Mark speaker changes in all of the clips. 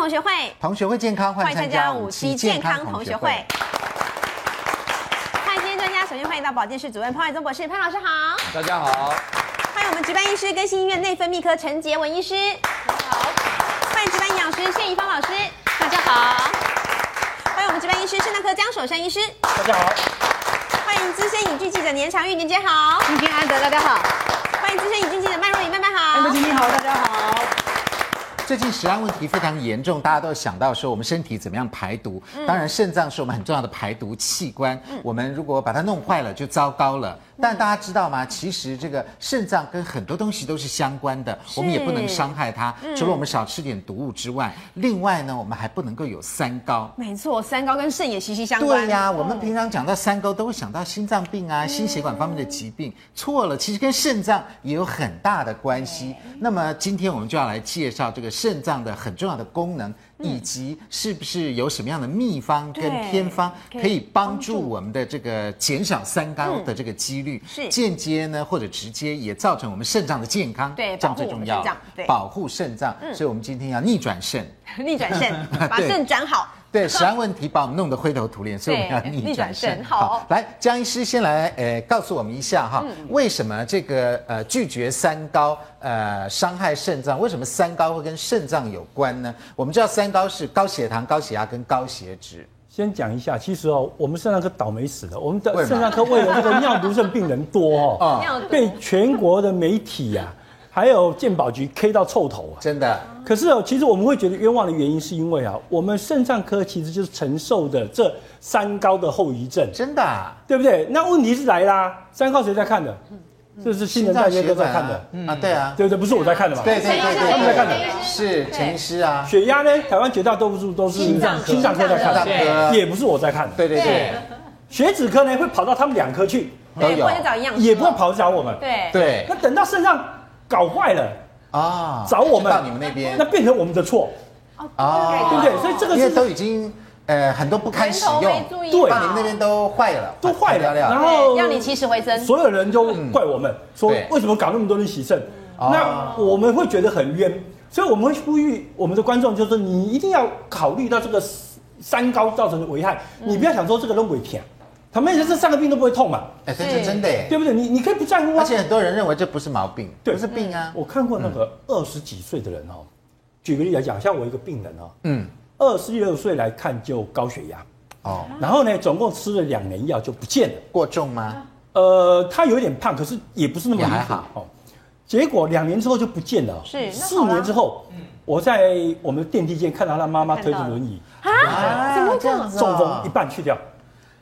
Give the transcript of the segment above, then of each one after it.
Speaker 1: 同学会健康，
Speaker 2: 欢迎参加五期健康同学会。欢迎今天专家，首先欢迎到保健室主任潘伟宗博士，潘老师好，
Speaker 3: 大家好。
Speaker 2: 欢迎我们值班医师，更新医院内分泌科陈杰文医师，好。欢迎值班营养师谢怡芳老师，
Speaker 4: 大家好。
Speaker 2: 欢迎我们值班医师肾脏科江守山医师，
Speaker 5: 大家好。
Speaker 2: 欢迎资深影剧记者年长玉年姐好，
Speaker 4: 今天安德大家好，
Speaker 2: 欢迎资深影剧记者麦若雨麦麦
Speaker 5: 你
Speaker 2: 好
Speaker 5: 们。今天好，大家好。
Speaker 1: 最近食安问题非常严重，大家都想到说我们身体怎么样排毒。
Speaker 2: 嗯
Speaker 1: 当然，肾脏是我们很重要的排毒器官，我们如果把它弄坏了就糟糕了。
Speaker 2: 嗯
Speaker 1: 但大家知道吗？其实这个肾脏跟很多东西都是相关的，我们也不能伤害它。
Speaker 2: 嗯
Speaker 1: 除了我们少吃点毒物之外，另外呢，我们还不能够有三高。
Speaker 2: 没错，三高跟肾也息息相关。嗯
Speaker 1: 对呀、我们平常讲到三高，都会想到心脏病啊、心血管方面的疾病。错了，其实跟肾脏也有很大的关系。
Speaker 2: 嗯
Speaker 1: 那么今天我们就要来介绍这个肾脏的很重要的功能，
Speaker 2: 嗯
Speaker 1: 以及是不是有什么样的秘方跟
Speaker 2: 对
Speaker 1: 偏方
Speaker 2: 可以
Speaker 1: 可以帮助我们的这个减少三高的这个几率，
Speaker 2: 嗯是
Speaker 1: 间接呢或者直接也造成我们肾脏的健康，
Speaker 2: 对
Speaker 1: 这
Speaker 2: 保护
Speaker 1: 样最
Speaker 2: 我们
Speaker 1: 重
Speaker 2: 肾
Speaker 1: 要
Speaker 2: 脏，对嗯
Speaker 1: 保护肾脏。所以我们今天要逆转肾。
Speaker 2: 逆转 肾，把
Speaker 1: 对
Speaker 2: 肾转好。
Speaker 1: 对，食安问题把我们弄得灰头土脸，所以我们要
Speaker 2: 对
Speaker 1: 逆
Speaker 2: 逆转
Speaker 1: 转
Speaker 2: 胜
Speaker 1: 胜。
Speaker 2: 好
Speaker 1: 来，江医师先来，呃，告诉我们一下哈，为什么这个呃拒绝三高，呃，伤害肾脏？为什么三高会跟肾脏有关呢？我们知道三高是高血糖、高血压跟高血脂。
Speaker 5: 先讲一下，其实哦，我们肾脏科倒霉死了。我们的
Speaker 1: 为什么
Speaker 5: 肾脏科为了这个尿毒症病人多
Speaker 1: 啊
Speaker 5: 哦，
Speaker 2: 尿毒
Speaker 5: 被全国的媒体呀、还有健保局 K 到臭头啊。
Speaker 1: 真的，
Speaker 5: 可是哦，其实我们会觉得冤枉的原因，是因为啊，我们肾脏科其实就是承受的这三高的后遗症，
Speaker 1: 真的、啊，
Speaker 5: 对不对？那问题是来啦，三高谁在看的？
Speaker 1: 嗯
Speaker 5: 这是新陈代谢科在看的嗯
Speaker 1: 啊，，啊，对啊，
Speaker 5: 对不对？不是我在看的嘛。
Speaker 1: 对对对
Speaker 5: 他们在看
Speaker 1: 对，
Speaker 5: 的
Speaker 1: 是陈医师啊，
Speaker 5: 血压呢？台湾绝大多数都是
Speaker 4: 心脏科
Speaker 5: 心脏科在看
Speaker 1: 大
Speaker 5: 的，
Speaker 1: 哥，
Speaker 5: 也不是我在看的。
Speaker 1: 对对对，
Speaker 5: 血脂科呢会跑到他们两科去，
Speaker 1: 都有
Speaker 2: 或，者找营养师，
Speaker 5: 也不会。跑找我们。
Speaker 2: 对，
Speaker 1: 哦对
Speaker 5: 那等到肾脏搞坏了，
Speaker 1: 啊，
Speaker 5: 找我们
Speaker 1: 到你们那边
Speaker 5: 那变成我们的错，
Speaker 1: 啊
Speaker 2: 哦
Speaker 5: 对不对？所以这个
Speaker 1: 因为
Speaker 5: 是
Speaker 1: 都已经呃很多不堪使用，
Speaker 2: 源头没注意
Speaker 5: 对
Speaker 1: 到你们那边都坏了，啊
Speaker 5: 都坏了，然
Speaker 1: 了。
Speaker 5: 后
Speaker 4: 让你起死回
Speaker 1: 嗯
Speaker 4: 生。
Speaker 5: 所有人都怪我们，说
Speaker 1: 对
Speaker 5: 为什么搞那么多人洗肾？
Speaker 1: 哦
Speaker 5: 那我们会觉得很冤，所以我们会呼吁我们的观众，就是你一定要考虑到这个三高造成的危害，
Speaker 1: 嗯
Speaker 5: 你不要想说这个都鬼甜，他们这三个病都不会痛嘛，
Speaker 1: 哎，这
Speaker 4: 是
Speaker 1: 是真的耶
Speaker 5: 对，不对？你你可以不在乎
Speaker 1: 而
Speaker 5: 啊。
Speaker 1: 且很多人认为这不是毛病，
Speaker 5: 对
Speaker 1: 不是病啊。
Speaker 5: 我看过那个二十几岁的人哦，举个例来讲，像我一个病人哦，
Speaker 1: 嗯，
Speaker 5: 二十六岁来看就高血压，
Speaker 1: 哦，
Speaker 5: 然后呢，总共吃了两年药就不见了。
Speaker 1: 过重吗？
Speaker 5: 呃，他有点胖，可是也不是那么离
Speaker 1: 也还
Speaker 5: 谱
Speaker 1: 好
Speaker 5: 哦。结果两年之后就不见了，哦
Speaker 2: 是那
Speaker 5: 四
Speaker 2: 好啊
Speaker 5: 年之后，我在我们的电梯间看到他妈妈推着轮椅，
Speaker 1: 啊，怎么这样子
Speaker 5: 中风一半去掉。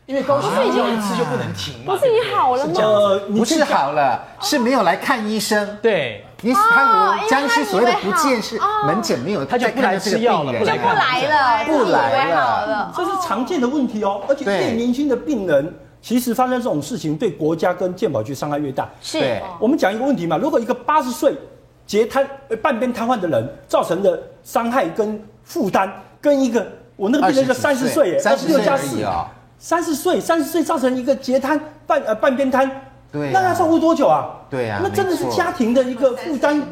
Speaker 3: 因为高血压用一次就不能停嘛，
Speaker 2: 不是你好了吗？
Speaker 5: 呃，
Speaker 1: 不是
Speaker 5: 去讲
Speaker 1: 好了，是没有来看医生。
Speaker 3: 对，
Speaker 1: 你他
Speaker 2: 因为
Speaker 1: 我僵尸所谓的
Speaker 2: 他以为
Speaker 1: 不
Speaker 2: 好
Speaker 1: 见是门诊没有，
Speaker 3: 他就
Speaker 1: 在
Speaker 3: 不来
Speaker 1: 看这个
Speaker 3: 吃药了
Speaker 1: 病人
Speaker 3: 不
Speaker 2: 就
Speaker 3: 来
Speaker 2: 不来了，
Speaker 1: 不来了
Speaker 2: 自己以为好了。
Speaker 5: 这是常见的问题哦，而且
Speaker 1: 对
Speaker 5: 越年轻的病人，其实发生这种事情对国家跟健保局伤害越大。
Speaker 1: 对
Speaker 2: 是，
Speaker 5: 我们讲一个问题嘛，如果一个八十岁截瘫、呃半边瘫痪的人造成的伤害跟负担，跟一个我那个病人一个三
Speaker 1: 20
Speaker 5: 十岁耶，
Speaker 1: 30岁
Speaker 5: 加
Speaker 1: 而已
Speaker 5: 四
Speaker 1: 哦，
Speaker 5: 三十岁，三十岁造成一个截瘫半呃半边瘫，
Speaker 1: 对啊
Speaker 5: 那要照顾多久啊？
Speaker 1: 对啊
Speaker 5: 那真的是
Speaker 1: 没错
Speaker 5: 家庭的一个负担，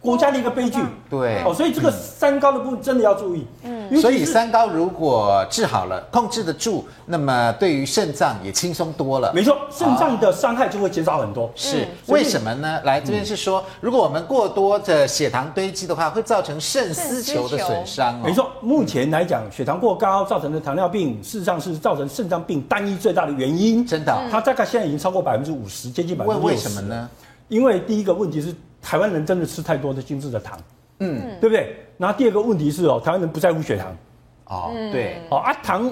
Speaker 5: 国家的一个悲剧。
Speaker 1: 对嗯
Speaker 5: 哦，所以这个三高的部分真的要注意。嗯
Speaker 1: 所以三高如果治好了，控制得住，那么对于肾脏也轻松多了。
Speaker 5: 没错，肾脏的伤害就会减少很多。
Speaker 1: 是
Speaker 5: 所以
Speaker 1: 嗯为什么呢？来这边是说，如果我们过多的血糖堆积的话，会造成肾丝球的损伤哦。
Speaker 5: 没，错，目前来讲，血糖过高造成的糖尿病，事实上是造成肾脏病单一最大的原因。
Speaker 1: 真的哦
Speaker 5: 它大概现在已经超过百分之五十，接近百分
Speaker 1: 为
Speaker 5: 之
Speaker 1: 为什么？呢？
Speaker 5: 因为第一个问题是台湾人真的吃太多的精致的糖，嗯，对不对？然后第二个问题是哦，台湾人不在乎血糖，
Speaker 1: 哦，对，
Speaker 5: 哦啊糖，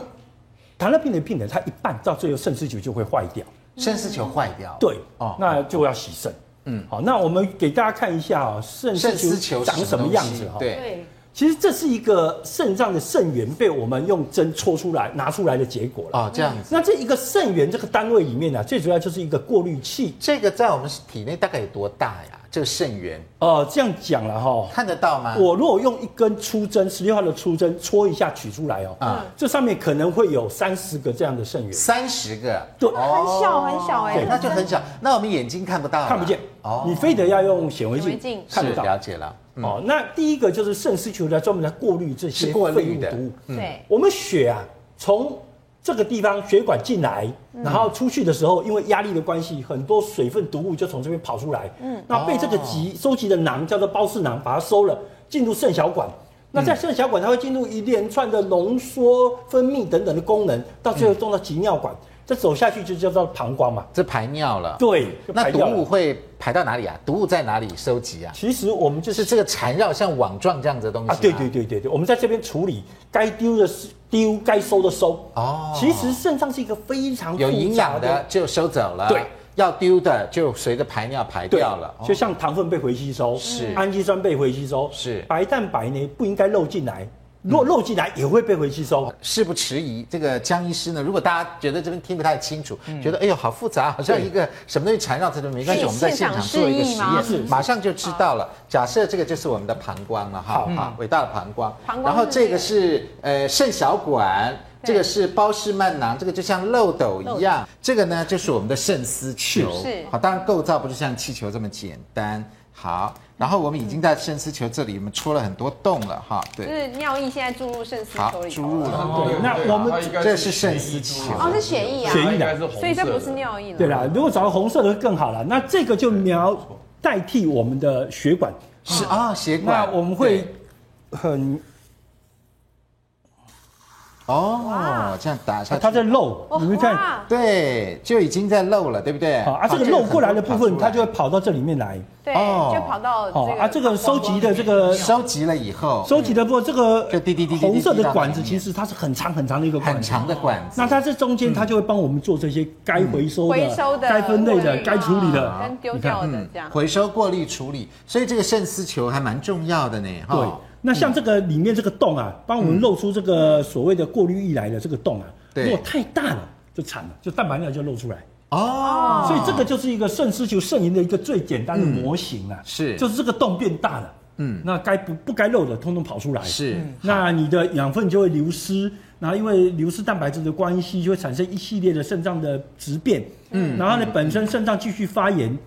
Speaker 5: 糖尿病的病人他一半到最后肾丝球就会坏掉，
Speaker 1: 肾丝球坏掉。
Speaker 5: 对，
Speaker 1: 哦
Speaker 5: 哦，那就要洗肾。嗯，好，那我们给大家看一下哦，肾
Speaker 1: 肾丝
Speaker 5: 丝
Speaker 1: 球是
Speaker 5: 球长什么
Speaker 1: 东
Speaker 5: 样
Speaker 1: 西
Speaker 5: 子哈、哦？
Speaker 1: 对，
Speaker 4: 对，
Speaker 5: 其实这是一个肾脏的肾源被我们用针戳出来拿出来的结果了。
Speaker 1: 哦，这样子。
Speaker 5: 那这一个肾源这个单位里面呢、啊最主要就是一个过滤器。
Speaker 1: 这个在我们体内大概有多大呀？这个肾源
Speaker 5: 哦，这样讲了哈，
Speaker 1: 看得到吗？
Speaker 5: 我如果用一根粗针，十六号的粗针戳一下取出来哦，
Speaker 1: 啊
Speaker 5: 啊，这上面可能会有三十个这样的肾源。
Speaker 1: 三十个，哦
Speaker 5: 对，
Speaker 2: 很小很小哎
Speaker 1: 对，，那就很小。那我们眼睛看不到，哦
Speaker 5: 看不见，你非得要用显微
Speaker 4: 显微
Speaker 5: 镜
Speaker 4: 镜
Speaker 5: 看
Speaker 1: 看
Speaker 5: 得
Speaker 1: 不
Speaker 5: 到
Speaker 1: 到，。了解了。嗯
Speaker 5: 哦，那第一个就是肾丝球来专门来过滤这些
Speaker 1: 是过
Speaker 5: 废
Speaker 1: 滤
Speaker 5: 物
Speaker 1: 的
Speaker 5: 毒物。
Speaker 2: 对，
Speaker 5: 我们血啊，从这个地方血管进来，
Speaker 1: 嗯
Speaker 5: 然后出去的时候，因为压力的关系，很多水分毒物就从这边跑出来。嗯，那被这个集收集的囊叫做包氏囊，把它收了，进入肾小管。
Speaker 1: 嗯
Speaker 5: 那在肾小管，它会进入一连串的浓缩、分泌等等的功能，到最后送到集尿管，再走下去就叫做膀胱嘛。
Speaker 1: 这排尿了。
Speaker 5: 对，就
Speaker 1: 那
Speaker 5: 排
Speaker 1: 毒
Speaker 5: 掉了
Speaker 1: 物会排到哪里啊？毒物在哪里收集啊？
Speaker 5: 其实我们就是
Speaker 1: 是这个缠绕像网状这样子的东西吗
Speaker 5: 啊，对对对对对，我们在这边处理，该丢的丢，该收的收。
Speaker 1: 哦
Speaker 5: 其实肾脏是一个非常
Speaker 1: 有营养
Speaker 5: 复杂
Speaker 1: 的就收走了，
Speaker 5: 对，
Speaker 1: 要丢的就随着排尿排
Speaker 5: 对
Speaker 1: 掉了。哦
Speaker 5: 就像糖分被回吸收，
Speaker 1: 是
Speaker 5: 氨基酸被回吸收，
Speaker 1: 是嗯
Speaker 5: 白蛋白呢不应该漏进来，如果漏进来也会被回吸收。
Speaker 1: 事不迟疑，这个江医师呢，如果大家觉得这边听不太清楚，觉得哎呦好复杂，好像一个什么东西缠绕这边，没关
Speaker 2: 可
Speaker 1: 系，
Speaker 2: 以
Speaker 1: 我们在现场做一个实
Speaker 2: 现场
Speaker 1: 验，
Speaker 5: 示意吗
Speaker 1: 马上就知道了。假设这个就是我们的膀胱了哈，好，伟大的膀胱，
Speaker 2: 膀胱
Speaker 1: 然后
Speaker 2: 是
Speaker 1: 这个是呃肾小管。这个是包氏曼囊，这个就像漏斗一样，这个呢就是我们的肾丝球。
Speaker 2: 是
Speaker 1: 好，当然构造不是像气球这么简单。好，然后我们已经在肾丝球这里，我们戳了很多洞了哈。
Speaker 2: 就
Speaker 1: 对，
Speaker 2: 是尿液现在注入肾丝
Speaker 1: 好
Speaker 2: 球，里
Speaker 1: 注
Speaker 2: 头
Speaker 1: 入了。
Speaker 5: 对那
Speaker 3: 啊
Speaker 5: 我们
Speaker 1: 这是肾丝球
Speaker 2: 哦，是血液啊
Speaker 5: 血，液
Speaker 6: 它应该是红色的
Speaker 2: 所以这不是尿液了。
Speaker 5: 对啦，如果找到红色的会更好了。那这个就描代替我们的血管，
Speaker 1: 是啊，血管
Speaker 5: 那。我们
Speaker 1: 对
Speaker 5: 会很
Speaker 1: 哦，这样打下去，
Speaker 5: 它啊在漏，
Speaker 7: 哦
Speaker 2: 哇，
Speaker 5: 你们看
Speaker 2: 哇
Speaker 1: 对就已经在漏了，对不对？
Speaker 5: 好啊，这个
Speaker 1: 好
Speaker 5: 漏过来的
Speaker 1: 很多
Speaker 5: 部分，
Speaker 1: 跑出来
Speaker 5: 它就会跑到这里面来。
Speaker 2: 对，
Speaker 1: 哦
Speaker 2: 就跑到这
Speaker 5: 哦
Speaker 2: 个
Speaker 5: 啊，这个收集的这个
Speaker 1: 收集了以后，
Speaker 5: 收集的部分，这个
Speaker 1: 就滴滴滴滴滴滴
Speaker 5: 红色的
Speaker 1: 到
Speaker 5: 管
Speaker 1: 里
Speaker 5: 子
Speaker 1: 面
Speaker 5: 其实它是很长很长的一个管
Speaker 1: 嗯很
Speaker 5: 子。
Speaker 1: 长的管子，
Speaker 5: 那它这中间，它就会帮我们做这些该回收的、
Speaker 2: 嗯回收的、
Speaker 5: 该分类
Speaker 2: 过
Speaker 5: 的
Speaker 2: 滤、
Speaker 5: 该处理
Speaker 2: 啊
Speaker 5: 的。
Speaker 2: 跟丢掉的
Speaker 1: 嗯
Speaker 2: 这样。
Speaker 1: 回收过滤处理，所以这个肾丝球还蛮重要的呢，
Speaker 5: 对
Speaker 1: 哈。，
Speaker 5: 那像这个里面这个洞啊，帮我们露出这个所谓的过滤液来的这个洞啊，
Speaker 1: 嗯对
Speaker 5: 如果太大了就惨了，就蛋白尿就露出来。
Speaker 1: 哦，
Speaker 5: 所以这个就是一个肾丝球肾炎的一个最简单的模型啊，
Speaker 1: 嗯是
Speaker 5: 就是这个洞变大了，
Speaker 1: 嗯
Speaker 5: 嗯，那该不不该漏的通通跑出来，
Speaker 1: 是嗯
Speaker 5: 那你的养分就会流失，然后因为流失蛋白质的关系，就会产生一系列的肾脏的质变，嗯，然后呢，本身肾脏继续发炎，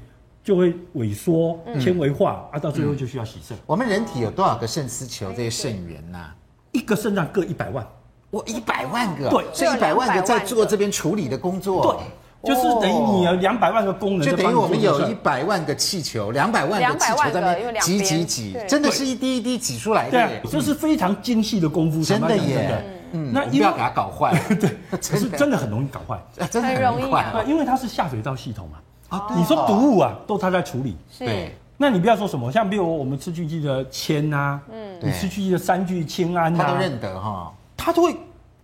Speaker 5: 就会萎缩、
Speaker 1: 嗯
Speaker 5: 纤维化，啊，到最后就需要洗肾，
Speaker 1: 我们人体有多少个肾丝球？这些肾源呐？
Speaker 5: 一个肾脏各一百万，
Speaker 1: 我一百万个，
Speaker 5: 对
Speaker 1: 这一百万
Speaker 2: 100万个
Speaker 1: 个在做这边处理的工作，
Speaker 5: 对，就是等于你有两百万个功能，
Speaker 1: 哦就等于我们有一
Speaker 5: 一。
Speaker 1: 百万个气球，两百万个气球在
Speaker 2: 200万
Speaker 1: 那
Speaker 2: 个因为
Speaker 1: 边
Speaker 2: 两
Speaker 1: 挤
Speaker 2: 边
Speaker 1: 挤挤，
Speaker 2: 对
Speaker 1: 真的是一滴一滴挤出来的
Speaker 5: 对啊
Speaker 1: 耶。，
Speaker 5: 这是非常精细的功夫，
Speaker 1: 真的
Speaker 5: 坦白讲
Speaker 1: 耶
Speaker 5: 真的
Speaker 1: 嗯，
Speaker 5: 那
Speaker 1: 我们
Speaker 5: 因
Speaker 1: 不
Speaker 5: 为
Speaker 1: 要给它搞 坏了，对，
Speaker 5: 可是 真的很容易搞坏。
Speaker 1: 啊真的
Speaker 2: 很容易
Speaker 1: 坏
Speaker 5: 啊，哦
Speaker 1: 哦
Speaker 5: 因为它是下水道系统嘛。
Speaker 1: 啊
Speaker 5: 你说毒物啊，都它在处理。
Speaker 2: 是
Speaker 1: 对，
Speaker 5: 那你不要说什么，像比如我们吃菌剂的铅啊，嗯，你吃菌剂的三聚氰胺
Speaker 1: 他都
Speaker 5: 啊，
Speaker 1: 认得哈，
Speaker 5: 它都会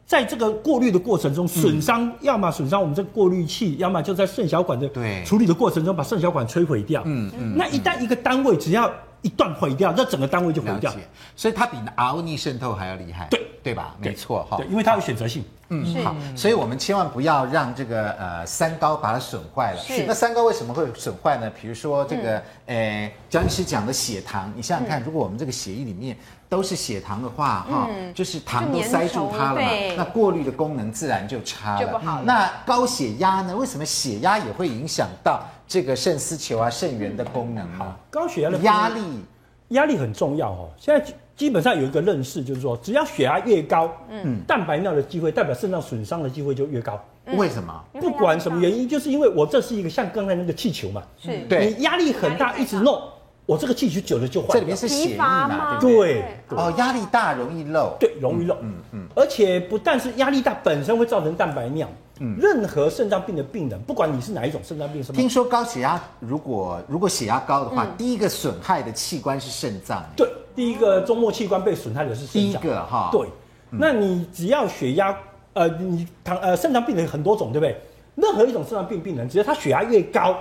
Speaker 5: 在这个过滤的过
Speaker 1: 嗯
Speaker 5: 程中损伤，要么损伤我们这个过滤器，要么就在肾小管的
Speaker 1: 对
Speaker 5: 处理的过程中把肾小管摧毁掉。嗯嗯。那一旦一个单位只要一段毁掉，那整个单位就毁
Speaker 1: 了
Speaker 5: 掉
Speaker 1: 解。，所以他比敖逆渗透还要厉害，
Speaker 5: 对
Speaker 1: 对吧？
Speaker 5: 对
Speaker 1: 没错哈
Speaker 5: 对，，因为它有选择性。
Speaker 1: 嗯好，所以我们千万不要让这个呃三高把它损坏了。
Speaker 2: 是嗯
Speaker 1: 那三高为什么会损坏呢？比如说这个呃，江医师讲的血糖，你想想看，如果我们这个血液里面都是血糖的话，哈，就是
Speaker 2: 嗯
Speaker 1: 糖
Speaker 2: 就
Speaker 1: 都
Speaker 2: 粘
Speaker 1: 塞住它了
Speaker 2: 稠
Speaker 1: 嘛
Speaker 2: 对，
Speaker 1: 那过滤的功能自然就差了。
Speaker 2: 就不好了
Speaker 1: 那高血压呢？为什么血压也会影响到这个肾丝球啊、肾源的功能呢？
Speaker 5: 高血压的
Speaker 1: 压力
Speaker 5: 压力很重要哦。现在基本上有一个认识，就是说，只要血压越高，嗯，蛋白尿的机会，代表肾脏损伤的机会就越高。
Speaker 1: 为什么？
Speaker 2: 因为它
Speaker 5: 不
Speaker 2: 压力
Speaker 5: 管什么
Speaker 2: 大
Speaker 5: 原因，就是因为我这是一个像刚才那个气球嘛，
Speaker 2: 是
Speaker 1: 对
Speaker 5: 你压力很
Speaker 2: 压力太
Speaker 5: 大，
Speaker 2: 大
Speaker 5: 一直弄，我这个气球久了就坏了。
Speaker 1: 这里面是血
Speaker 2: 疲
Speaker 1: 液
Speaker 2: 乏
Speaker 1: 嘛
Speaker 2: 嘛，，
Speaker 1: 对不对？
Speaker 5: 对对
Speaker 1: 哦，压力大容易漏。
Speaker 5: 对，容易漏。嗯嗯。而且不但是压力大本身会造成蛋白尿，任何肾脏病的病人，不管你是哪一种肾脏病，什么
Speaker 1: 嗯听说高血压如果如果血压高的话，
Speaker 6: 嗯
Speaker 1: 第一个损害的器官是肾脏。
Speaker 5: 对，第一个周末器官被损害的是肾
Speaker 1: 第一
Speaker 5: 脏
Speaker 1: 个哈
Speaker 5: 对，那你只要血压，呃，你糖呃肾脏病人很多种，对不对？任何一种肾脏病病人，只要他血压越高，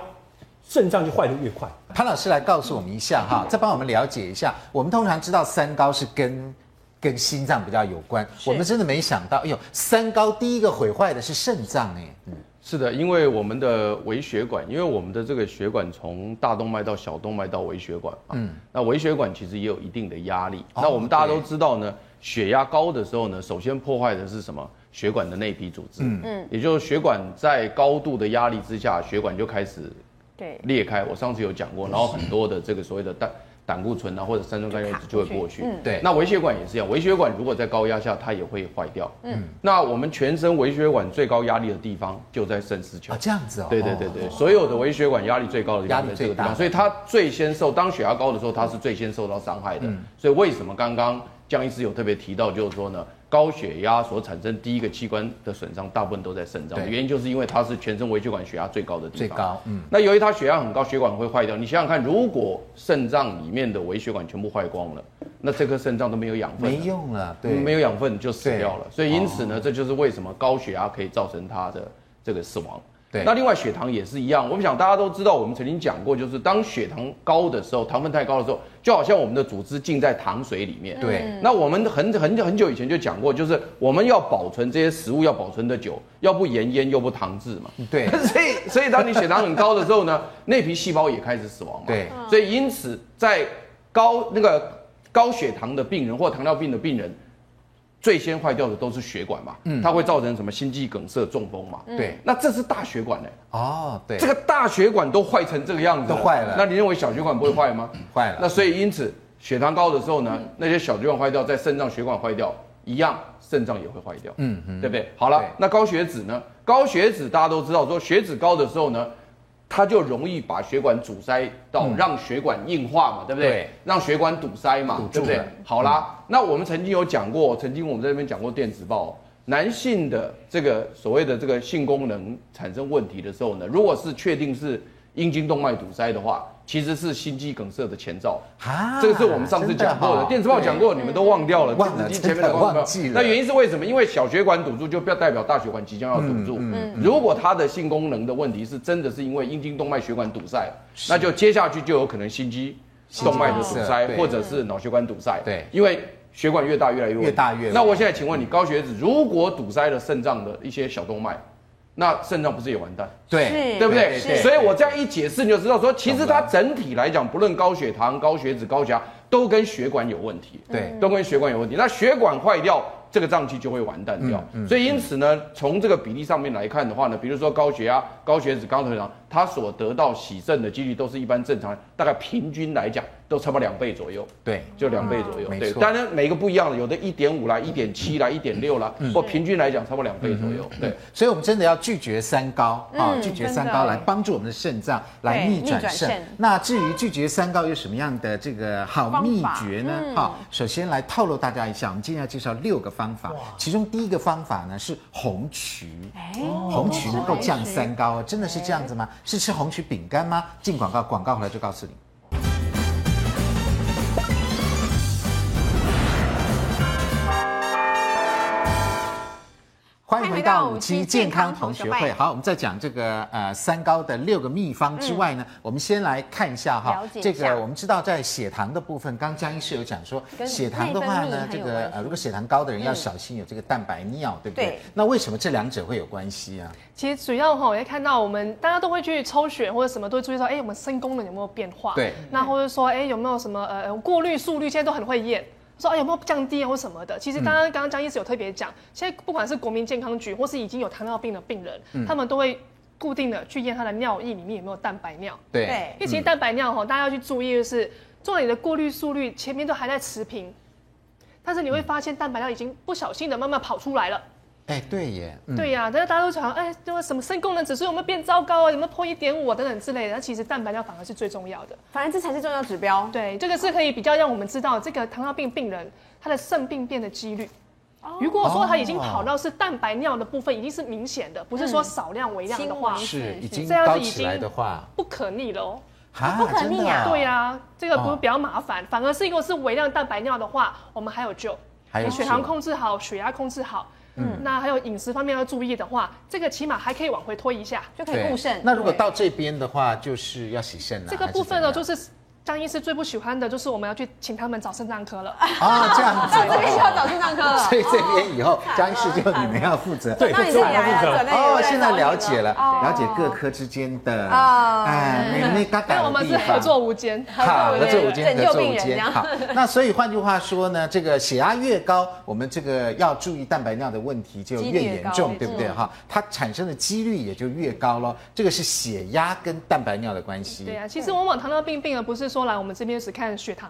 Speaker 5: 肾脏就坏得越快。
Speaker 1: 潘老师来告诉我们一下哈，再帮我们了解一下。我们通常知道三高是跟跟心脏比较有关，我们真的没想到，哎呦，三高第一个毁坏的是肾脏哎，嗯
Speaker 6: 是的，因为我们的微血管，因为我们的这个血管从大动脉到小动脉到微血管嘛，嗯，那微血管其实也有一定的压力。
Speaker 1: 哦
Speaker 6: 那我们大家都知道呢，血压高的时候呢，首先破坏的是什么？血管的内皮组织，嗯嗯，也就是血管在高度的压力之下，血管就开始
Speaker 2: 对，
Speaker 6: 裂开。我上次有讲过，然后很多的这个所谓的蛋胆固醇啊或者三酸甘油脂就会过去。
Speaker 2: 嗯
Speaker 1: 对
Speaker 6: 那微血管也是一样，微血管如果在高压下，它也会坏掉。嗯，那我们全身微血管最高压力的地方就在肾丝球
Speaker 1: 哦，。这样子哦，
Speaker 6: 对对对
Speaker 1: 哦
Speaker 6: 对，所有的微血管压力最高的地
Speaker 1: 压
Speaker 6: 方
Speaker 1: 力
Speaker 6: 在
Speaker 1: 最
Speaker 6: 这个地
Speaker 1: 大
Speaker 6: 方，所以它最先受。当血压高的时候，它是最先受到伤害的。
Speaker 1: 嗯
Speaker 6: 所以为什么刚刚江医师有特别提到，就是说呢，高血压所产生第一个器官的损伤，大部分都在肾脏
Speaker 1: 对，
Speaker 6: 原因就是因为它是全身微血管血压最高的地
Speaker 1: 最
Speaker 6: 方。
Speaker 1: 高嗯
Speaker 6: 那由于它血压很高，血管会坏掉。你想想看，如果肾脏里面的微血管全部坏光了，那这颗肾脏都没有养分了
Speaker 1: 没用了，对，
Speaker 6: 没有养分就死掉了
Speaker 1: 对。哦
Speaker 6: 所以因此呢，这就是为什么高血压可以造成它的这个死亡。
Speaker 1: 对
Speaker 6: 那另外血糖也是一样，我们想大家都知道，我们曾经讲过，就是当血糖高的时候，糖分太高的时候，就好像我们的组织浸在糖水里面。
Speaker 1: 对，
Speaker 6: 那我们很很很久以前就讲过，就是我们要保存这些食物要保存的久，要不盐腌又不糖制嘛。
Speaker 1: 对
Speaker 6: 嗯 所以所以当你血糖很高的时候 呢，内皮细胞也开始死亡嘛。
Speaker 1: 对，
Speaker 6: 所以因此在高那个高血糖的病人或糖尿病的病人。最先坏掉的都是血管嘛，它会造成什么心肌梗塞、中风嘛，
Speaker 1: 嗯对
Speaker 6: 那这是大血管呢、
Speaker 1: 哦，对，
Speaker 6: 这个大血管都坏成这个样子，
Speaker 1: 都坏了
Speaker 6: 那你认为小血管不会坏吗？
Speaker 1: 坏了
Speaker 6: 那所以因此，血糖高的时候呢，那些小血管坏掉，在肾脏血管坏掉一样，肾脏也会坏掉，
Speaker 1: 嗯
Speaker 6: 嗯嗯，对不对？好了
Speaker 1: 对，
Speaker 6: 那高血脂呢？高血脂大家都知道，说血脂高的时候呢。它就容易把血管阻塞到让血管硬化嘛，对不
Speaker 1: 嗯
Speaker 6: 对？
Speaker 1: 对
Speaker 6: 让血管堵塞嘛，
Speaker 1: 堵住
Speaker 6: 对不对
Speaker 1: 了？
Speaker 6: 好啦，那我们曾经有讲过，曾经我们在这边讲过电子报，男性的这个所谓的这个性功能产生问题的时候呢，如果是确定是阴茎动脉堵塞的话，其实是心肌梗塞的前兆。
Speaker 1: 啊
Speaker 6: 这个是我们上次讲过的，电子报讲过，你们都忘掉了，
Speaker 1: 忘了
Speaker 6: 电子机前面的
Speaker 1: 真的
Speaker 6: 广告
Speaker 1: 忘记了
Speaker 6: 那原因是为什么？因为小血管堵住，就不要代表大血管即将要堵住。
Speaker 1: 嗯
Speaker 6: 如果他的性功能的问题是真的是因为阴茎动脉血管堵塞，那就接下去就有可能心肌动脉的堵
Speaker 1: 心肌
Speaker 6: 塞
Speaker 1: 梗塞，
Speaker 6: 或者是脑血管堵塞。
Speaker 1: 对
Speaker 6: 因为血管越大越来越
Speaker 1: 越大越
Speaker 6: 那我现在请问你，高血脂如果堵塞了肾脏的一些小动脉，那肾脏不是也完蛋？
Speaker 1: 对
Speaker 2: 是
Speaker 6: 对不对？
Speaker 1: 是
Speaker 6: 所以我这样一解释，你就知道说，其实它整体来讲，不论高血糖、高血脂、高血压，都跟血管有问题，
Speaker 1: 嗯对
Speaker 6: 都跟血管有问题。那血管坏掉，这个脏器就会完蛋掉。
Speaker 1: 嗯
Speaker 6: 所以因此呢，从这个比例上面来看的话呢，比如说高血压、高血脂、高血糖，它所得到洗肾的几率都是一般正常人，大概平均来讲都差不多两倍左右。
Speaker 1: 对
Speaker 6: 就两倍左右
Speaker 1: 嗯没，
Speaker 6: 对，
Speaker 1: 错
Speaker 6: 当然每个不一样的，有的一点五啦、一点七啦、一点六啦，
Speaker 1: 嗯
Speaker 6: 或平均来讲差不多两倍左右，对。
Speaker 1: 所以我们真的要拒绝三高啊，
Speaker 2: 嗯
Speaker 1: 拒绝
Speaker 2: 真
Speaker 1: 三
Speaker 2: 的
Speaker 1: 高来帮助我们的肾脏来
Speaker 2: 对
Speaker 1: 逆
Speaker 2: 逆
Speaker 1: 转
Speaker 2: 转
Speaker 1: 肾
Speaker 2: 肾。
Speaker 1: 那至于拒绝三高有什么样的这个好
Speaker 2: 方
Speaker 1: 秘
Speaker 2: 法
Speaker 1: 诀呢？好，首先来透露大家一下，我们今天要介绍六个方法，其中第一个方法呢是红曲。
Speaker 2: 哎，
Speaker 1: 红曲能够降三高哦哦，真的是这样子吗？是吃红曲饼干吗？进广告，广告回来就告诉你。欢迎回到五期健康同学会。好，我们在讲这个呃三高的六个秘方之外呢，我们先来嗯看一下哈
Speaker 2: 了解，一下
Speaker 1: 这个我们知道在血糖的部分，刚江医师有讲说，
Speaker 2: 跟
Speaker 1: 血糖的
Speaker 2: 内
Speaker 1: 话
Speaker 2: 分泌
Speaker 1: 呢
Speaker 2: 很，
Speaker 1: 这
Speaker 2: 有
Speaker 1: 个
Speaker 2: 关系
Speaker 1: 呃如果血糖高的人要小心有这个蛋白尿，对不对
Speaker 2: 对？
Speaker 1: 那为什么这两者会有关系啊？
Speaker 8: 其实主要哈，我也看到我们大家都会去抽血或者什么，都会注意到，哎、我们肾功能有没有变化？
Speaker 1: 对。
Speaker 8: 那或者说，哎、有没有什么呃过滤速率，现在都很会验。说哎有没有降低啊或什么的？其实刚刚刚刚江医师有特别讲，现在不管是国民健康局或是已经有糖尿病的病人，他们都会固定的去验他的尿液里面有没有蛋白尿。
Speaker 2: 对
Speaker 8: 因为其实蛋白尿哈，大家要去注意的是，重点的过滤速率前面都还在持平，但是你会发现蛋白尿已经不小心的慢慢跑出来了。
Speaker 1: 哎，对耶，嗯，
Speaker 8: 对呀、但是大家都想，哎，这个什么肾功能指数有没有变糟糕啊？有没有破一点五啊？等等之类的。那其实蛋白尿反而是最重要的。
Speaker 2: 反正这才是重要指标。
Speaker 8: 对，这个是可以比较让我们知道这个糖尿病病人他的肾病变的几率。
Speaker 1: 哦
Speaker 8: 如果说他已经跑到是蛋白尿的部分，已经是明显的，不是说少量微量的话，
Speaker 2: 嗯
Speaker 1: 是已经
Speaker 8: 这样
Speaker 1: 高
Speaker 8: 子已
Speaker 1: 起来
Speaker 8: 经
Speaker 1: 的话，
Speaker 8: 不可逆了哦。
Speaker 1: 啊
Speaker 2: 不可逆
Speaker 1: 真的
Speaker 2: 啊
Speaker 8: 对呀、这个不
Speaker 1: 哦
Speaker 8: 是比较麻烦，反而是如果是微量蛋白尿的话，我们还有救。
Speaker 1: 还有
Speaker 8: 你血糖
Speaker 1: 救啊
Speaker 8: 控制好，血压控制好，嗯，那还有饮食方面要注意的话，这个起码还可以往回推一下。
Speaker 2: 就可以
Speaker 1: 对
Speaker 2: 固肾。
Speaker 1: 那如果到这边的话，就是要洗肾了。
Speaker 8: 这个部分呢，就是是江医师最不喜欢的，就是我们要去请他们找肾脏科了。
Speaker 1: 啊，这样子
Speaker 2: 到这边就要
Speaker 1: 哦。
Speaker 2: 找肾脏科了
Speaker 1: 所。以这边以后江医师就你们要负责。
Speaker 5: 对
Speaker 2: 那你自己来了，
Speaker 1: 哦，现在了解了，了解各
Speaker 2: 个。
Speaker 1: 科之间的
Speaker 2: 哦
Speaker 1: 哎美美嘎
Speaker 8: 因为
Speaker 1: 嘎
Speaker 8: 我
Speaker 1: 的
Speaker 8: 们是
Speaker 1: 地
Speaker 8: 合作
Speaker 1: 方。
Speaker 8: 无间，
Speaker 1: 好，合作无间，
Speaker 2: 拯
Speaker 1: 合
Speaker 2: 救
Speaker 1: 作
Speaker 2: 病
Speaker 1: 无
Speaker 2: 人这
Speaker 1: 间。
Speaker 2: 样
Speaker 1: 好，那所以换句话说呢，这个血压越高，我们这个要注意蛋白尿的问题就
Speaker 2: 几
Speaker 1: 越
Speaker 2: 率越
Speaker 1: 严
Speaker 2: 高
Speaker 1: 重，对不对？哈，它产生的几率也就越高咯。这个是血压跟蛋白尿的关系。
Speaker 8: 嗯啊对呀、其实往往糖尿病病人不是说来我们这边只看血糖。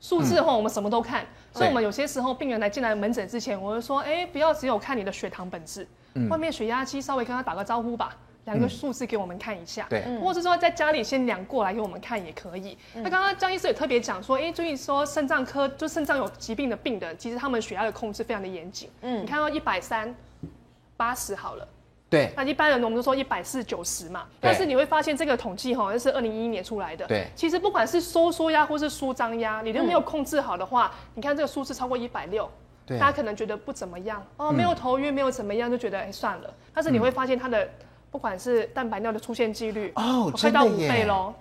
Speaker 8: 数字的话，我们什么都看，所以我们有些时候病人来进来门诊之前，我会说，哎、不要只有看你的血糖本质，外面血压机稍微跟他打个招呼吧，两个数字给我们看一下。
Speaker 1: 对
Speaker 8: 或者说在家里先量过来给我们看也可以。那刚刚张医师也特别讲说，哎、注意说肾脏科就肾脏有疾病的病人，其实他们血压的控制非常的严谨。嗯，你看到一百三、八十好了。
Speaker 1: 对，
Speaker 8: 那一般人我们都说一百四九十嘛，
Speaker 1: 对
Speaker 8: 但是你会发现这个统计哈，这是二零一一年出来的。
Speaker 1: 对
Speaker 8: 其实不管是收缩压或是舒张压，你都没有控制好的话，你看这个数字超过一百六。
Speaker 1: 嗯对嗯
Speaker 8: 大家可能觉得不怎么样哦，没有头晕，没有怎么样，就觉得哎算了。但是你会发现它的不管是蛋白尿的出现几率
Speaker 1: 哦
Speaker 8: 快到
Speaker 1: 真
Speaker 8: 五
Speaker 1: 的耶
Speaker 8: 倍喽。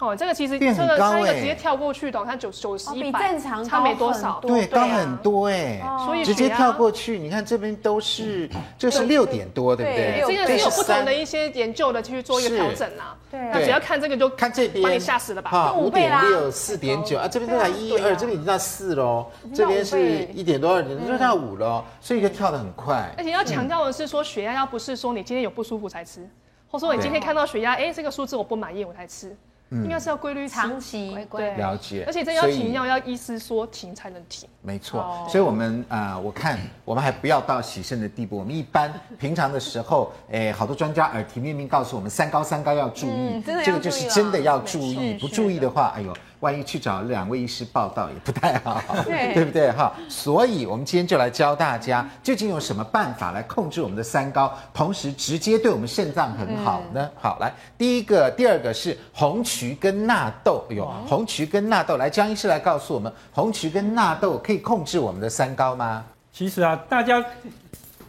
Speaker 8: 哦，这个其实
Speaker 1: 变
Speaker 8: 这
Speaker 1: 很
Speaker 8: 个
Speaker 1: 高
Speaker 8: 它那个
Speaker 1: 哎
Speaker 8: 直接跳过去的，它九九十
Speaker 2: 哦
Speaker 8: 一
Speaker 2: 比
Speaker 8: 百
Speaker 2: 正常，
Speaker 8: 差没多少
Speaker 2: 高很。多
Speaker 1: 对，
Speaker 8: 对
Speaker 1: 高
Speaker 8: 啊
Speaker 1: 很多哎、
Speaker 8: 所以
Speaker 1: 直接
Speaker 8: 血压
Speaker 1: 跳过去，你看这边都是，这是六点多，对不
Speaker 2: 对
Speaker 1: 对？
Speaker 2: 六
Speaker 8: 这个
Speaker 1: 这
Speaker 8: 是有不同
Speaker 1: 三
Speaker 8: 的一些研究的去做一个调整啊。
Speaker 2: 对
Speaker 8: 那只要看这个就
Speaker 1: 看这边，
Speaker 8: 把你吓死了吧？
Speaker 1: 哈，
Speaker 2: 那五
Speaker 1: 五
Speaker 2: 倍
Speaker 1: 点
Speaker 2: 啦
Speaker 1: 六、四点九啊，这边都才一
Speaker 2: 对啊
Speaker 1: 二，这边已经到四喽，
Speaker 2: 经
Speaker 1: 这
Speaker 2: 到
Speaker 1: 边
Speaker 2: 五
Speaker 1: 是
Speaker 2: 倍嗯哎
Speaker 1: 一点多、二点，就到五喽，所以就跳得很快
Speaker 8: 而。且要强调的是说，血压药不是说你今天有不舒服才吃，或者说你今天看到血压，哎，这个数字我不满意我才吃，应该是要规律吃。
Speaker 2: 长期
Speaker 4: 乖乖
Speaker 8: 对，
Speaker 1: 嗯了解
Speaker 8: 而且这要
Speaker 1: 所以
Speaker 8: 停药，要医师说停才能停。
Speaker 1: 没错
Speaker 2: 哦，
Speaker 1: 所以我们啊、呃我看我们还不要到洗肾的地步。我们一般平常的时候，哎，好多专家耳提面命告诉我们，三高三高要注意，
Speaker 2: 嗯真的要
Speaker 1: 这个就是
Speaker 2: 注意啦
Speaker 1: 真的要注意，
Speaker 2: 是
Speaker 1: 不
Speaker 2: 是
Speaker 1: 注意的话，哎呦，万一去找两位医师报道也不太好，
Speaker 2: 对
Speaker 1: 对不对哈？所以我们今天就来教大家，究竟有什么办法来控制我们的三高，同时直接对我们肾脏很好呢？好，来第一个，第二个是红曲跟纳豆，哎呦，红曲跟纳豆，来江医师来告诉我们，红曲跟纳豆可以控制我们的三高吗？
Speaker 5: 其实啊，大家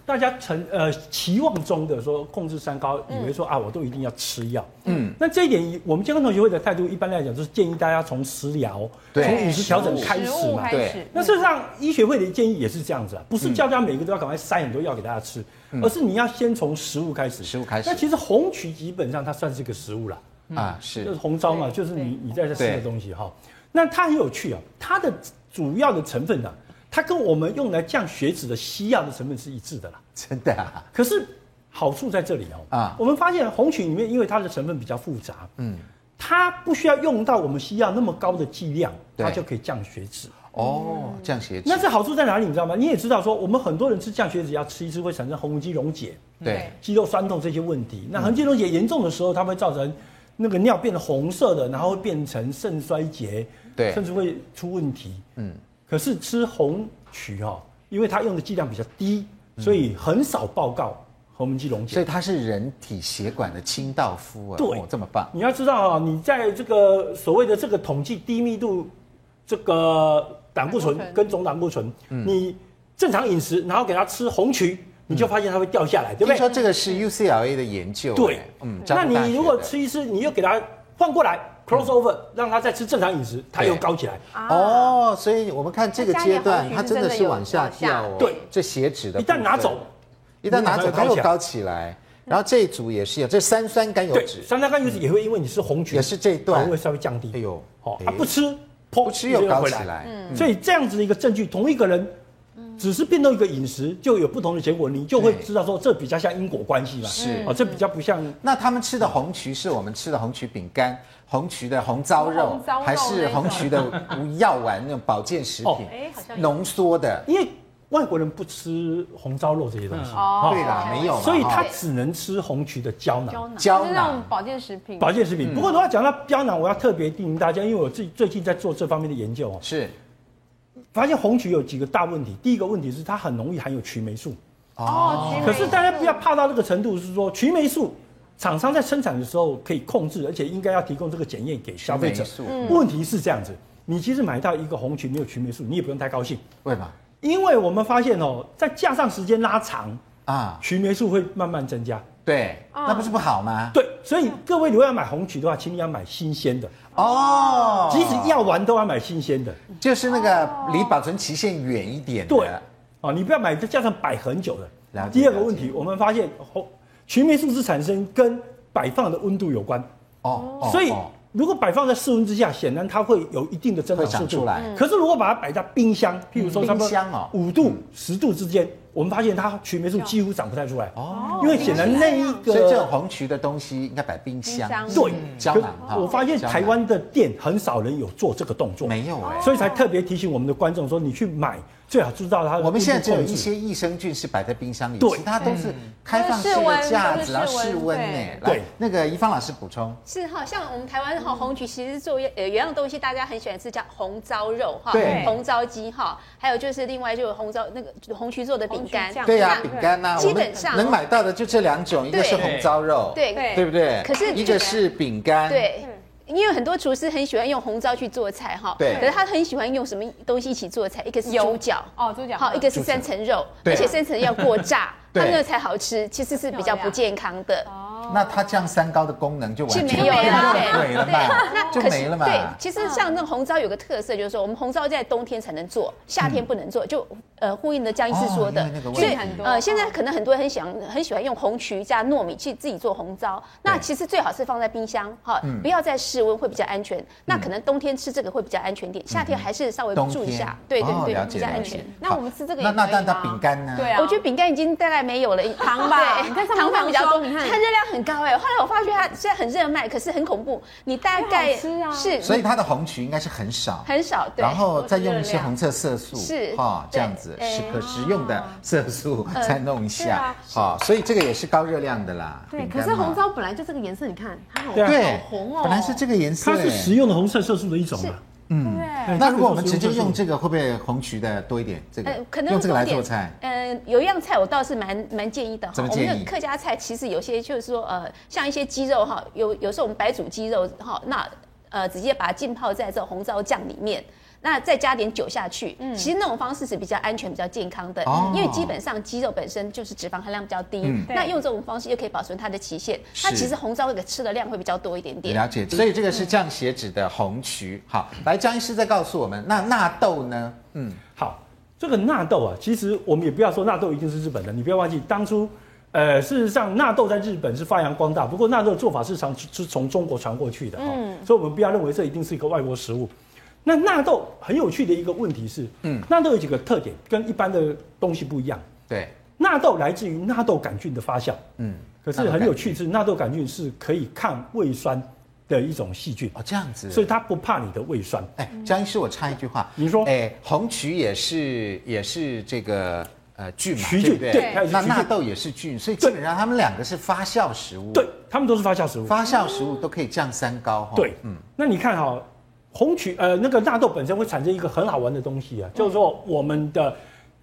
Speaker 5: 大家成呃期望中的说控制三高，以为说、啊，我都一定要吃药。嗯，那这一点，我们健康同学会的态度，一般来讲就是建议大家从食疗、从
Speaker 1: 对
Speaker 5: 饮食调整开
Speaker 2: 食
Speaker 5: 始
Speaker 2: 物
Speaker 5: 嘛
Speaker 2: 开。
Speaker 1: 对
Speaker 2: 始，
Speaker 5: 那事实上，医学会的建议也是这样子啊，
Speaker 1: 嗯
Speaker 5: 不是叫大家每个都要赶快塞很多药给大家吃，而是你要先从食物开始。
Speaker 1: 食物开始
Speaker 5: 那其实红曲基本上它算是个食物啦。
Speaker 1: 啊，
Speaker 5: 就是是红烧嘛，
Speaker 4: 对
Speaker 5: 就是你你在这吃
Speaker 1: 对
Speaker 5: 的东西哈。那它很有趣啊，它的主要的成分呢、啊，它跟我们用来降血脂的西药的成分是一致的啦。
Speaker 1: 真的啊，
Speaker 5: 可是好处在这里哦，
Speaker 1: 啊
Speaker 5: 啊，我们发现红曲里面因为它的成分比较复杂，嗯，它不需要用到我们西药那么高的剂量，
Speaker 1: 对
Speaker 5: 它就可以降血脂。
Speaker 1: 哦，降血脂
Speaker 5: 嗯那，这好处在哪里？你知道吗？你也知道说，我们很多人吃降血脂药吃一次会产生红肌溶解，
Speaker 1: 对，
Speaker 5: 肌肉酸痛这些问题。那横肌溶解严重的时候，它会造成那个尿变得红色的，然后会变成肾衰竭，
Speaker 1: 对
Speaker 5: 甚至会出问题。嗯，可是吃红曲哦，因为它用的剂量比较低，所以很少报告红肌溶
Speaker 1: 所
Speaker 5: 解。
Speaker 1: 以它是人体血管的清道夫啊，
Speaker 5: 对
Speaker 1: 哦这么棒，
Speaker 5: 你要知道啊、你在这个所谓的这个统计低密度这个胆固
Speaker 4: 胆
Speaker 5: 醇
Speaker 4: 固醇
Speaker 5: 跟总胆固醇，
Speaker 1: 嗯
Speaker 5: 你正常饮食，然后给它吃红曲，你就发现它会掉下来，对不
Speaker 1: 听
Speaker 5: 对？
Speaker 1: 说这个是 UCLA 的研究，
Speaker 5: 对
Speaker 1: 哎，嗯，
Speaker 5: 那
Speaker 1: 交通大学
Speaker 5: 你如果
Speaker 1: 的嗯
Speaker 5: 吃一吃，你又给它换过来 cross over，、让它再吃正常饮食，它
Speaker 1: 对
Speaker 5: 又高起来。
Speaker 1: 哦，所以我们看这个阶段，
Speaker 2: 那家里好
Speaker 1: 它
Speaker 2: 像
Speaker 1: 真的是往下掉哦。
Speaker 5: 对
Speaker 1: 这血脂的
Speaker 5: 一旦拿走，
Speaker 1: 一旦拿走它又
Speaker 5: 它又
Speaker 1: 高
Speaker 5: 高
Speaker 1: 起来。然后这一组也是有，这三酸甘油
Speaker 5: 对，
Speaker 1: 脂，
Speaker 5: 三酸甘油脂也会因为你是红曲，
Speaker 1: 也是这一段
Speaker 5: 糖会稍微降低。
Speaker 1: 哎
Speaker 5: 哎
Speaker 1: 呦
Speaker 5: 呦，哦，
Speaker 1: 哎
Speaker 5: 啊不吃，砰
Speaker 1: 不吃又高起
Speaker 5: 回
Speaker 1: 来。
Speaker 5: 所以这样子的一个证据，同一个人。只是变动一个饮食，就有不同的结果，你就会
Speaker 1: 对
Speaker 5: 知道说这比较像因果关系嘛。
Speaker 1: 是
Speaker 5: 哦，这比较不像
Speaker 1: 那他们吃的红曲是我们吃的红曲饼干、红曲的红糟肉
Speaker 2: 红糟，肉
Speaker 1: 还是
Speaker 2: 那种
Speaker 1: 红曲的无药丸那种保健食
Speaker 5: 哦
Speaker 1: 品
Speaker 4: 哎好像有
Speaker 1: 浓缩的？
Speaker 5: 因为外国人不吃红烧肉这些东西，
Speaker 4: 哦
Speaker 1: 对啦，没有嘛。
Speaker 5: 所以他
Speaker 1: 哦
Speaker 5: 只能吃红曲的胶囊。
Speaker 4: 胶囊，
Speaker 1: 胶
Speaker 4: 就是那
Speaker 1: 囊
Speaker 4: 种保健食品。
Speaker 5: 保健食
Speaker 1: 嗯
Speaker 5: 品。不过的话，讲到胶囊，我要特别提醒大家，因为我自己最近在做这方面的研究哦，
Speaker 1: 是
Speaker 5: 发现红曲有几个大问题。第一个问题是它很容易含有曲霉素，
Speaker 2: 哦，橘
Speaker 5: 可
Speaker 2: 莓
Speaker 5: 是大家不要怕到这个程度，是说曲霉素厂商在生产的时候可以控制，而且应该要提供这个检验给消费者
Speaker 1: 曲霉素。
Speaker 5: 问题是这样子，你其实买到一个红曲没有曲霉素，你也不用太高兴，
Speaker 1: 为嘛
Speaker 5: 因为我们发现哦，在架上时间拉长，
Speaker 1: 啊？
Speaker 5: 曲霉素会慢慢增加。
Speaker 1: 对，那不是不好吗？
Speaker 5: 对，所以各位如果要买红曲的话，请你要买新鲜的，
Speaker 1: 哦，
Speaker 5: 即使药丸都要买新鲜的。
Speaker 1: 就是那个离保存期限远一点的。
Speaker 5: 对，啊，你不要买，再加上摆很久
Speaker 1: 了
Speaker 5: 的。
Speaker 1: 解
Speaker 5: 第二个问题，我们发现红曲霉素之产生跟摆放的温度有关，
Speaker 1: 哦，哦
Speaker 5: 所以
Speaker 1: 哦
Speaker 5: 如果摆放在室温之下，显然它会有一定的增长
Speaker 1: 会长
Speaker 5: 速
Speaker 1: 出
Speaker 5: 度
Speaker 1: 来嗯。
Speaker 5: 可是如果把它摆在冰箱，譬如说
Speaker 1: 嗯
Speaker 5: 差不
Speaker 1: 冰箱哦
Speaker 5: 多五度、十度之间，我们发现它曲霉素几乎长不太出来，哦，因为显然那一
Speaker 1: 所以这种
Speaker 5: 个
Speaker 1: 红曲的东西应该摆冰
Speaker 2: 冰
Speaker 1: 箱。
Speaker 2: 箱
Speaker 5: 对，
Speaker 1: 胶
Speaker 5: 可
Speaker 1: 囊哈
Speaker 5: 我发现
Speaker 1: 胶囊
Speaker 5: 台湾的店很少人有做这个动作，
Speaker 1: 没有哎、
Speaker 5: 所以才特别提醒我们的观众说，你去买最好知道它的
Speaker 1: 我们现在只有
Speaker 5: 温度
Speaker 1: 一
Speaker 5: 控制
Speaker 1: 些益生菌是摆在冰箱里，
Speaker 5: 对
Speaker 1: 其他都是开放式的架子，然后室温呢。
Speaker 5: 对
Speaker 1: 来，那个怡芳老师补充，
Speaker 9: 是哈，像我们台湾哈红曲其实做一呃有一样东西，大家很喜欢吃叫红糟肉哈
Speaker 1: 对，
Speaker 9: 红糟鸡哈，还有就是另外就有红糟那个红曲做的饼
Speaker 2: 红曲
Speaker 9: 干
Speaker 2: 酱，
Speaker 1: 对呀、
Speaker 9: 那
Speaker 1: 饼干呐、我
Speaker 9: 基
Speaker 1: 们
Speaker 9: 本上
Speaker 1: 能买到的就这两种，一个是红糟肉，
Speaker 9: 对
Speaker 2: 对嗯
Speaker 1: 对不对？
Speaker 9: 可是
Speaker 1: 一个是饼干，，
Speaker 9: 对。因为很多厨师很喜欢用红糟去做菜哈，
Speaker 1: 对
Speaker 9: 可是他很喜欢用什么东西一起做菜？一个是
Speaker 2: 油
Speaker 9: 猪脚，
Speaker 2: 哦，猪脚
Speaker 9: 好，一个是三层肉，
Speaker 1: 对
Speaker 9: 而且三层要过炸，它
Speaker 1: 对
Speaker 9: 那个才好吃，其实是比较不健康
Speaker 2: 哦
Speaker 9: 的。
Speaker 1: 那它降三高的功能就完
Speaker 9: 是
Speaker 1: 全
Speaker 9: 没有了，
Speaker 1: 就
Speaker 9: 对
Speaker 1: 没了嘛，就
Speaker 9: 可
Speaker 1: 没
Speaker 9: 是
Speaker 1: 了嘛。
Speaker 9: 对，其实像那个红糟有个特色，就是说我们红糟在冬天才能做，夏天不能做，就呃呼应的江医师说
Speaker 1: 嗯哦
Speaker 9: 的
Speaker 1: 因为那个，
Speaker 9: 所
Speaker 1: 问
Speaker 9: 以
Speaker 1: 题很
Speaker 2: 多
Speaker 9: 呃现在可能很多人很想很喜欢用红曲加糯米去自己做红糟，那其实最好是放在冰箱哈，
Speaker 1: 嗯
Speaker 9: 不要在室温会比较安全。那可能冬天吃这个会比较安全点，夏天还是稍微
Speaker 1: 冬
Speaker 9: 注意一
Speaker 1: 天
Speaker 9: 下，对对
Speaker 1: 哦
Speaker 9: 对
Speaker 1: 了，解
Speaker 9: 比较安
Speaker 1: 了解
Speaker 9: 全。
Speaker 2: 那我们吃这个也
Speaker 1: 那那
Speaker 2: 可以
Speaker 1: 那那
Speaker 2: 吗
Speaker 1: 饼干呢？
Speaker 2: 对啊，
Speaker 9: 我觉得饼干已经大概没有了，
Speaker 2: 糖吧
Speaker 9: 对
Speaker 2: 你看上面
Speaker 9: 糖分比较
Speaker 2: 放
Speaker 9: 多，
Speaker 2: 松你看
Speaker 9: 它热量很高哎。后来我发觉它现在很热卖，可是很恐怖，你大概
Speaker 2: 很好吃啊
Speaker 9: 是
Speaker 1: 所以它的红曲应该是很少。
Speaker 9: 很少，对，
Speaker 1: 然后再用一些红色色素，
Speaker 9: 是
Speaker 1: 哈、这
Speaker 9: 对哦
Speaker 1: 样子
Speaker 9: 哎
Speaker 1: 是可食用的色素 再弄一
Speaker 9: 嗯
Speaker 2: 对啊
Speaker 1: 下，好、所以这个也是高热量的啦。
Speaker 2: 对，
Speaker 1: 饼
Speaker 2: 可
Speaker 1: 干
Speaker 2: 是
Speaker 1: 嘛
Speaker 2: 红糟本来就这个颜色，你看它好
Speaker 5: 对啊
Speaker 1: 对
Speaker 2: 好红哦
Speaker 1: 本来是这个颜色
Speaker 5: 它
Speaker 1: 哎，
Speaker 5: 是食用的红色色素的一种嘛。嗯
Speaker 2: 对，
Speaker 5: 对
Speaker 1: 那如果我们
Speaker 5: 它
Speaker 1: 直
Speaker 5: 是
Speaker 1: 接
Speaker 5: 色素
Speaker 1: 用这个，会不会红曲的多一点？这个、
Speaker 9: 呃，可能
Speaker 1: 用这个
Speaker 9: 多
Speaker 1: 来
Speaker 9: 点
Speaker 1: 做菜，
Speaker 9: 呃，有一样菜我倒是蛮蛮建议的哈。
Speaker 1: 怎么
Speaker 9: 我
Speaker 1: 建议
Speaker 9: 们的客家菜其实有些就是说，呃，像一些鸡肉哈，有有时候我们白煮鸡肉哈，那呃直接把它浸泡在这红糟酱里面。那再加点酒下去，其实那种方式是比较安全、比较健康的，
Speaker 1: 哦
Speaker 9: 因为基本上鸡肉本身就是脂肪含量比较低，
Speaker 1: 嗯
Speaker 9: 那用这种方式又可以保存它的期限。它
Speaker 1: 是
Speaker 9: 其实红糟的吃的量会比较多一点点。嗯
Speaker 1: 了解。所以这个是降血脂的红曲。好，来张医师再告诉我们，那纳豆呢？嗯，
Speaker 5: 好，这个纳豆啊，其实我们也不要说纳豆一定是日本的，你不要忘记当初，呃，事实上纳豆在日本是发扬光大，不过纳豆的做法是从是从中国传过去的、哦，所以我们不要认为这一定是一个外国食物。那纳豆很有趣的一个问题是，嗯，纳豆有几个特点跟一般的东西不一样，
Speaker 1: 对，
Speaker 5: 纳豆来自于纳豆杆菌的发酵，
Speaker 1: 嗯，
Speaker 5: 可是很有趣是纳豆杆菌是可以抗胃酸的一种细菌，
Speaker 1: 哦，这样子。
Speaker 5: 所以它不怕你的胃酸。
Speaker 1: 哎，江医师，我插一句话，
Speaker 5: 您说
Speaker 1: 哎，红曲也是也是这个呃菌嘛，
Speaker 5: 曲
Speaker 1: 对
Speaker 5: 菌
Speaker 1: 不对？
Speaker 5: 对它也是
Speaker 1: 那
Speaker 5: 曲菌
Speaker 1: 纳豆也是菌，所以基本上它们两个是发酵食物，
Speaker 5: 对，，它们都是发酵食物。
Speaker 1: 发酵食物都可以降三高哈。
Speaker 5: 对，嗯，那你看哈、红曲呃那个纳豆本身会产生一个很好玩的东西啊，叫做我们的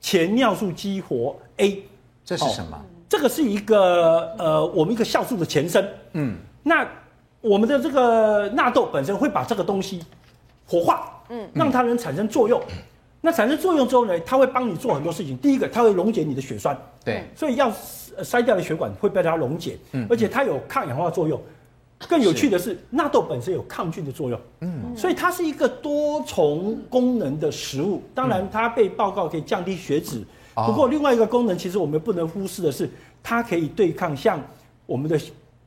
Speaker 5: 前尿素激活 A，
Speaker 1: 这是什么？
Speaker 8: 哦
Speaker 5: 这个是一个呃我们一个酵素的前身。
Speaker 1: 嗯，
Speaker 5: 那我们的这个纳豆本身会把这个东西活化，嗯，让它能产生作用。那产生作用之后呢，它会帮你做很多事情。第一个，它会溶解你的血栓，
Speaker 8: 嗯
Speaker 1: 对，
Speaker 5: 所以要呃筛掉的血管会被它溶解，而且它有抗氧化作用。更有趣的是，纳豆本身有抗菌的作用，嗯，所以它是一个多重功能的食物。当然，它被报告可以降低血脂，
Speaker 1: 哦
Speaker 5: 不过另外一个功能，其实我们不能忽视的是，它可以对抗像我们的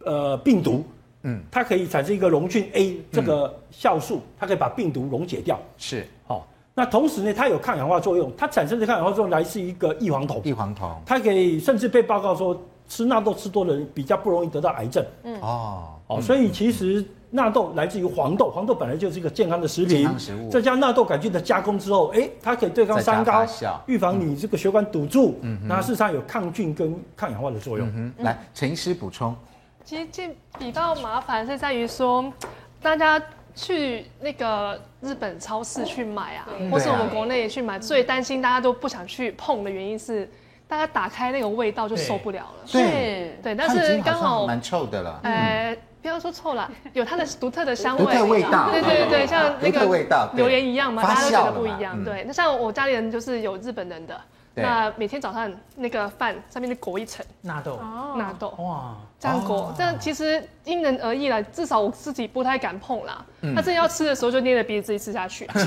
Speaker 5: 呃病毒，
Speaker 1: 嗯
Speaker 5: 嗯，它可以产生一个溶菌 A 这个酵素，它可以把病毒溶解掉。
Speaker 1: 是
Speaker 5: 好、那同时呢，它有抗氧化作用，它产生的抗氧化作用来自一个异黄酮，
Speaker 1: 地黄酮。
Speaker 5: 它可以甚至被报告说，吃纳豆吃多的人比较不容易得到癌症。
Speaker 8: 嗯
Speaker 1: 哦，
Speaker 5: 哦，所以其实纳豆来自于黄豆，黄豆本来就是一个健康的食
Speaker 1: 健
Speaker 5: 品
Speaker 1: 康食物，
Speaker 5: 再加上纳豆杆菌的加工之后，哎，它可以对抗
Speaker 1: 再
Speaker 5: 三
Speaker 1: 加发
Speaker 5: 高
Speaker 1: 酵，
Speaker 5: 预防你这个血管堵住，那事实上有抗菌跟抗氧化的作用。
Speaker 1: 嗯，来，陈医师补充，
Speaker 8: 其实这比较麻烦是在于说，大家去那个日本超市去买啊，
Speaker 1: 嗯
Speaker 8: 或是我们国内也去买，最担心大家都不想去碰的原因是，大家打开那个味道就受不了了。
Speaker 1: 对
Speaker 8: 对，但
Speaker 1: 它已
Speaker 8: 是
Speaker 1: 经
Speaker 8: 刚
Speaker 1: 好
Speaker 8: 好
Speaker 1: 像，蛮嗯臭的了，
Speaker 8: 呃，不要说臭了，有它的独特的香
Speaker 1: 独
Speaker 8: 味。
Speaker 1: 特味道，
Speaker 8: 呃
Speaker 1: 啊
Speaker 8: 对对对，像那
Speaker 1: 独特味
Speaker 8: 个
Speaker 1: 道，对
Speaker 8: 榴莲一样嘛，大
Speaker 1: 发
Speaker 8: 家都
Speaker 1: 酵
Speaker 8: 觉得
Speaker 1: 了嘛
Speaker 8: 不一样。
Speaker 1: 嗯
Speaker 8: 对，那像我家里人就是有日本人的，
Speaker 1: 对
Speaker 8: 那每天早上那个饭上面就裹一层哦
Speaker 3: 纳豆，
Speaker 8: 纳豆。
Speaker 3: 哇，
Speaker 8: 这样裹，
Speaker 1: 哦
Speaker 8: 这样其实因人而异啦。至少我自己不太敢碰啦。
Speaker 1: 嗯
Speaker 8: 那真的要吃的时候，就捏着鼻子自己吃下去。对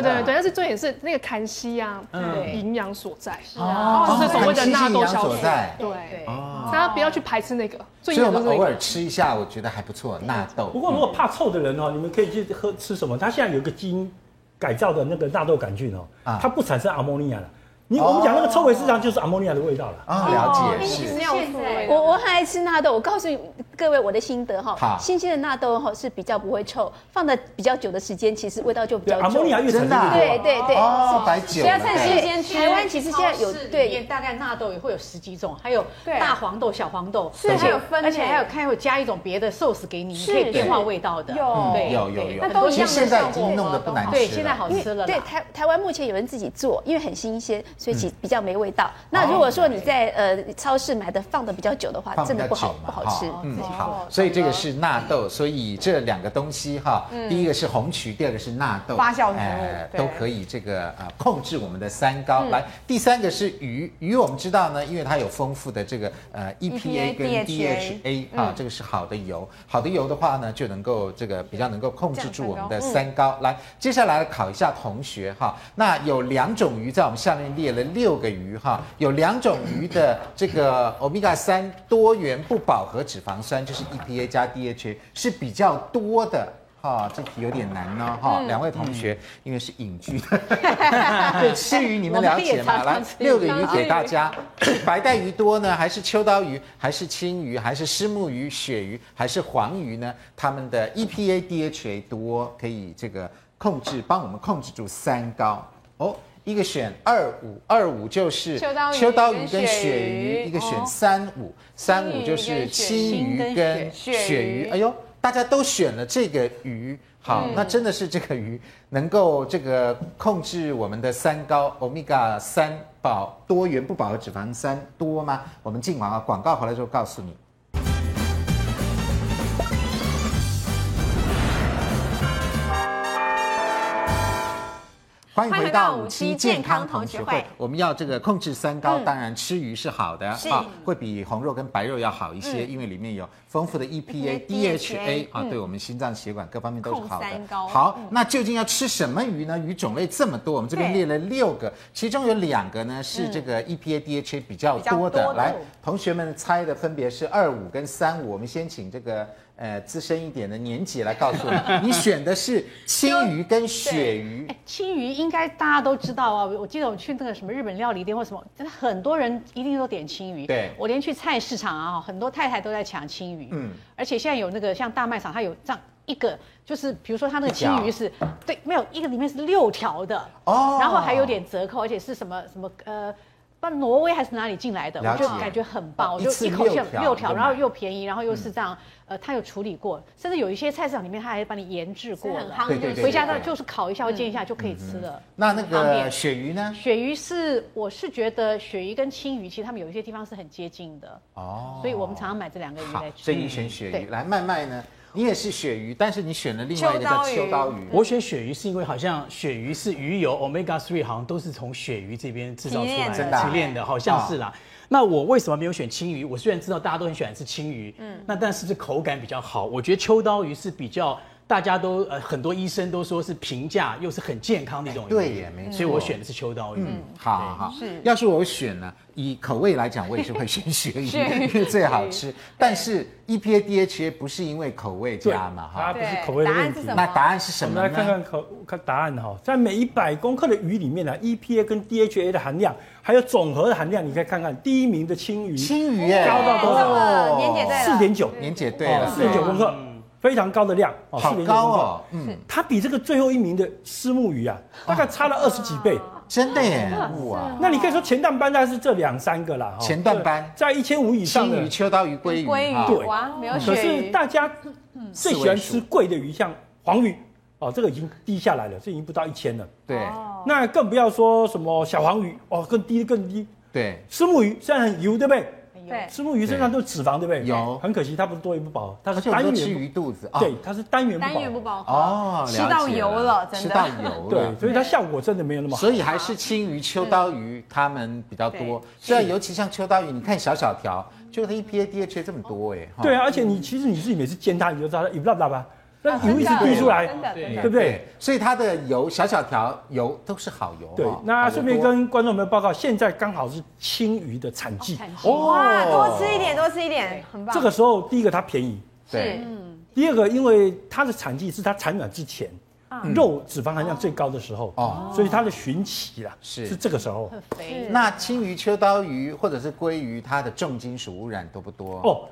Speaker 8: 对
Speaker 1: 啊
Speaker 8: 对，但是重点是那个痰息啊，营养所在，
Speaker 1: 嗯哦
Speaker 8: 就是所
Speaker 1: 痰
Speaker 8: 谓的
Speaker 1: 息
Speaker 8: 纳
Speaker 1: 是营
Speaker 8: 豆
Speaker 1: 养
Speaker 8: 消
Speaker 1: 所
Speaker 8: 毒
Speaker 1: 在。
Speaker 8: 对，
Speaker 1: 哦，
Speaker 8: 大家不要去排斥那个，最
Speaker 1: 所
Speaker 8: 严
Speaker 1: 以我
Speaker 8: 重就
Speaker 1: 们
Speaker 8: 是那
Speaker 1: 偶尔
Speaker 8: 个。
Speaker 1: 吃一下，我觉得还不错，纳豆。嗯
Speaker 5: 不过如果怕臭的人哦，你们可以去喝吃什么？它现在有一个基因改造的那个纳豆杆菌哦
Speaker 1: 啊，
Speaker 5: 它不产生阿莫尼亚了，你我们讲那个臭味市场就是阿莫尼亚的味道了。
Speaker 1: 啊，
Speaker 7: 哦
Speaker 1: 了解
Speaker 8: 毕竟
Speaker 1: 是
Speaker 8: 是尿素味
Speaker 9: 我我很爱吃纳豆，我告诉你各位我的心得哈
Speaker 1: 好，
Speaker 9: 新鲜的纳豆哈是比较不会臭，放的比较久的时间，其实味道就比
Speaker 5: 对，
Speaker 9: 较
Speaker 5: 阿莫
Speaker 9: 重
Speaker 5: 尼。亚越产
Speaker 1: 真的啊
Speaker 5: 地
Speaker 9: 对对对，
Speaker 1: 哦，白酒
Speaker 9: 不要趁
Speaker 1: 对
Speaker 9: 新鲜吃。台湾其实现在有
Speaker 10: 超市里面
Speaker 9: 对
Speaker 10: 大概纳豆也会有十几种，还有
Speaker 7: 啊
Speaker 2: 对
Speaker 10: 大黄豆、小黄豆，
Speaker 2: 是
Speaker 10: 而
Speaker 2: 还
Speaker 10: 且
Speaker 2: 有分
Speaker 10: 而且
Speaker 2: 类
Speaker 10: 还有看有加一种别的 sauce 给你，你
Speaker 2: 是
Speaker 10: 可以变化味道的。嗯
Speaker 2: 有
Speaker 10: 对
Speaker 1: 有有有，
Speaker 10: 对
Speaker 2: 都一
Speaker 1: 其
Speaker 2: 样
Speaker 1: 实
Speaker 2: 的
Speaker 1: 现在
Speaker 2: 效
Speaker 1: 已经
Speaker 2: 果
Speaker 1: 弄得不难吃了。
Speaker 10: 对，现在好
Speaker 9: 因为
Speaker 10: 吃了啦。
Speaker 9: 对台台湾目前有人自己做，因为很新鲜，所以其比较没味道。那如果说你在呃超市买的放的比较久的话，
Speaker 1: 哦放比
Speaker 9: 真的
Speaker 1: 较
Speaker 9: 不
Speaker 1: 久
Speaker 9: 好
Speaker 1: 嘛，
Speaker 9: 不好吃。
Speaker 1: 哈嗯，好，所以这个是纳豆，所以这两个东西哈，第一个是红曲，第二个是纳豆，
Speaker 7: 发酵植物
Speaker 1: 哎
Speaker 7: 对
Speaker 1: 都可以这个呃控制我们的三高。来，第三个是鱼，鱼我们知道呢，因为它有丰富的这个呃 EPA 跟
Speaker 7: DHA
Speaker 1: DHA 啊，这个是好的油，好的油的话呢，就能够这个比较能够控制住我们的三高。来，接下来考一下同学哈，那有两种鱼在我们下面列了六个鱼哈，有两种鱼的这个欧米伽三多元不饱和脂肪酸，就是 EPA 加 DHA 是比较多的。哈、这题有点难呢、哈、两位同学，因为是隐居的， 对吃鱼你们了解吗？来，六个鱼给大家， 白带鱼多呢，还是秋刀鱼，还是青鱼，还是虱目鱼、鳕鱼，还是黄鱼呢？它们的 E EPA、DHA 多，可以这个控制，帮我们控制住三高哦。一个选二五，二五就是
Speaker 7: 秋刀鱼
Speaker 1: 跟
Speaker 7: 跟
Speaker 1: 鳕
Speaker 7: 鳕
Speaker 1: 鱼；
Speaker 7: 鱼哦
Speaker 1: 一个选三五，三五就是青鱼跟鳕鱼。哎呦，大家都选了这个鱼，好，那真的是这个鱼能够这个控制我们的三高，欧米伽三饱多元不饱和脂肪酸多吗？我们进广告，广告回来之后告诉你。欢迎回到五期健康同学会。我们要这个控制三
Speaker 10: 嗯
Speaker 1: 高，当然吃鱼是好的啊，会比红肉跟白肉要好一些，
Speaker 10: 嗯
Speaker 1: 因为里面有丰富的 E
Speaker 10: E
Speaker 1: EPA、DHA 啊，对我们心脏血管各方面都是
Speaker 2: 控
Speaker 1: 好的
Speaker 2: 三。高
Speaker 1: 好，
Speaker 10: 嗯
Speaker 1: 那究竟要吃什么鱼呢？鱼种类这么多，我们这边列了六个，其中有两个呢是
Speaker 10: 嗯
Speaker 1: 这个 E EPA、DHA 比较多的。来，同学们猜的分别是二五跟三五，我们先请这个。呃，资深一点的年纪来告诉 我，你选的是青鱼跟鳕鱼，
Speaker 10: 青鱼应该大家都知道啊，我记得我去那个什么日本料理店或什么，真的很多人一定都点青鱼。
Speaker 1: 对
Speaker 10: 我连去菜市场啊，很多太太都在抢青鱼。
Speaker 1: 嗯
Speaker 10: 嗯，而且现在有那个像大卖场，它有这样一个，就是比如说它那个青
Speaker 1: 一条
Speaker 10: 鱼是，对，没有一个里面是六条的
Speaker 1: 哦
Speaker 10: 哦，然后还有点折扣，而且是什么什么呃。不，挪威还是哪里进来的，
Speaker 1: 了
Speaker 10: 我
Speaker 1: 解哦
Speaker 10: 就感觉很棒，我
Speaker 1: 一
Speaker 10: 就
Speaker 1: 次
Speaker 10: 一口气
Speaker 1: 六条嗯
Speaker 10: 六条，
Speaker 1: 就
Speaker 10: 然后
Speaker 1: 买
Speaker 10: 又便宜，然后又是这样，呃，它有处理过，甚至有一些菜市场里面它还帮你研制过了，
Speaker 1: 对对对，
Speaker 10: 回家呢
Speaker 1: 对
Speaker 10: 就是烤一下或煎一下就可以吃了。
Speaker 1: 那那
Speaker 10: 方
Speaker 1: 个
Speaker 10: 便
Speaker 1: 鳕鱼呢？
Speaker 10: 鳕鱼是，我是觉得鳕鱼跟青鱼，其实它们有一些地方是很接近的，
Speaker 1: 哦
Speaker 10: 所以我们常常买这两个鱼
Speaker 1: 好
Speaker 10: 来，
Speaker 1: 所
Speaker 10: 吃。
Speaker 1: 以你选鳕
Speaker 10: 对
Speaker 1: 鱼。来，麦麦呢？你也是鳕鱼，但是你选了另外一个叫秋
Speaker 7: 秋
Speaker 1: 刀
Speaker 7: 刀
Speaker 10: 嗯
Speaker 1: 鱼。
Speaker 3: 我选鳕鱼是因为好像鳕鱼是鱼油 omega three，好像都是从鳕鱼这边制造出来
Speaker 1: 提炼的啊
Speaker 3: 的，提炼的，好像是啦。那我为什么没有选青鱼？我虽然知道大家都很喜欢吃青鱼，嗯，那但是这口感比较好，我觉得秋刀鱼是比较大家都呃很多医生都说是平价又是很健康的一种鱼，
Speaker 1: 哎对耶没错
Speaker 3: 所以我选的是秋刀鱼。
Speaker 1: 嗯，好好好，要是我选呢，以口味来讲，我也是会选鳕鱼， 因为最好吃。但是 EPA、DHA 不是因为口味加嘛，
Speaker 5: 它
Speaker 1: 哈。
Speaker 5: 不是口味的问题。
Speaker 1: 那答案是什
Speaker 5: 我
Speaker 1: 么
Speaker 5: 们来看
Speaker 1: 呢？
Speaker 5: 看口看答案哈，在每一百公克的鱼里面啊呢，EPA 跟 DHA 的含量，还有总和的含量，你可以看看第一名的青鱼，
Speaker 1: 青鱼耶，
Speaker 5: 高到多少
Speaker 1: 哦
Speaker 7: 年姐在
Speaker 5: 四点九，哦
Speaker 1: 年姐对了，
Speaker 5: 四点九公克，非常高的量，哦
Speaker 1: 好高
Speaker 5: 4.9公克
Speaker 1: 哦，嗯，
Speaker 5: 它比这个最后一名的丝木鱼啊，大概差了二十几倍。
Speaker 1: 真的耶，哇，
Speaker 5: 那你可以说前段班大概是这两三个啦，哈哦
Speaker 1: 前段班
Speaker 5: 在一千五以上
Speaker 1: 青
Speaker 5: 的
Speaker 1: 鱼、，秋刀鱼、鲑鱼，
Speaker 7: 鲑
Speaker 1: 哈
Speaker 5: 对
Speaker 7: 鱼哇，没有
Speaker 1: 嗯
Speaker 7: 鳕鱼
Speaker 5: 可是，大家最喜欢吃贵的鱼，像黄鱼，哦，这个已经低下来了，这已经不到一千了。
Speaker 1: 对
Speaker 5: 那更不要说什么小黄鱼，哦，更低更低。
Speaker 1: 对，
Speaker 5: 丝木鱼虽然很油，对不对？
Speaker 7: 对，
Speaker 5: 丝木鱼身上都有脂肪，对不对？
Speaker 1: 有
Speaker 5: 很可惜它不是多元不饱和，它
Speaker 1: 而
Speaker 5: 是
Speaker 1: 且我
Speaker 5: 单
Speaker 1: 都
Speaker 5: 元
Speaker 1: 吃
Speaker 5: 不
Speaker 1: 鱼肚子啊，
Speaker 5: 对，它是单元不饱
Speaker 7: 单元
Speaker 5: 和
Speaker 7: 不。饱和，
Speaker 1: 哦，
Speaker 7: 吃
Speaker 1: 了
Speaker 7: 到
Speaker 1: 解
Speaker 7: 油了真
Speaker 1: 吃
Speaker 7: 的
Speaker 1: 到油了
Speaker 5: 对，。所以它效果真的没有那么好
Speaker 1: 所。以还是青鱼、秋刀鱼它们比较多，虽然尤其像秋刀鱼，你看小小条，就它 EPA、DHA 这么多哎，哈
Speaker 5: 对啊，而且你其实你自己每次煎它，你就知道它油不辣不辣吧，那
Speaker 7: 啊
Speaker 5: 油一直滴出来，
Speaker 7: 真的真的
Speaker 5: 对不对？，
Speaker 1: 所以它的油小小条油都是好油。
Speaker 5: 对
Speaker 1: 哈，
Speaker 5: 那顺便
Speaker 1: 好油
Speaker 5: 跟观众朋友报告，现在刚好是青鱼的产
Speaker 7: 哦
Speaker 5: 季，
Speaker 1: 多
Speaker 7: 哇，多
Speaker 1: 哦，
Speaker 7: 吃一点，多吃一点，很棒。
Speaker 5: 这个时候第一个它便宜，
Speaker 10: 嗯
Speaker 1: 对
Speaker 5: 第二个因为它的产季是它产卵之前，
Speaker 7: 啊
Speaker 5: 肉脂肪含量最高的时候
Speaker 1: 哦
Speaker 5: 哦，所以它的寻奇啦
Speaker 1: 是
Speaker 5: 是这个时候
Speaker 10: 肥
Speaker 1: 那青鱼、秋刀鱼或者是鲑鱼，它的重金属污染多不多？哦，
Speaker 5: 哦。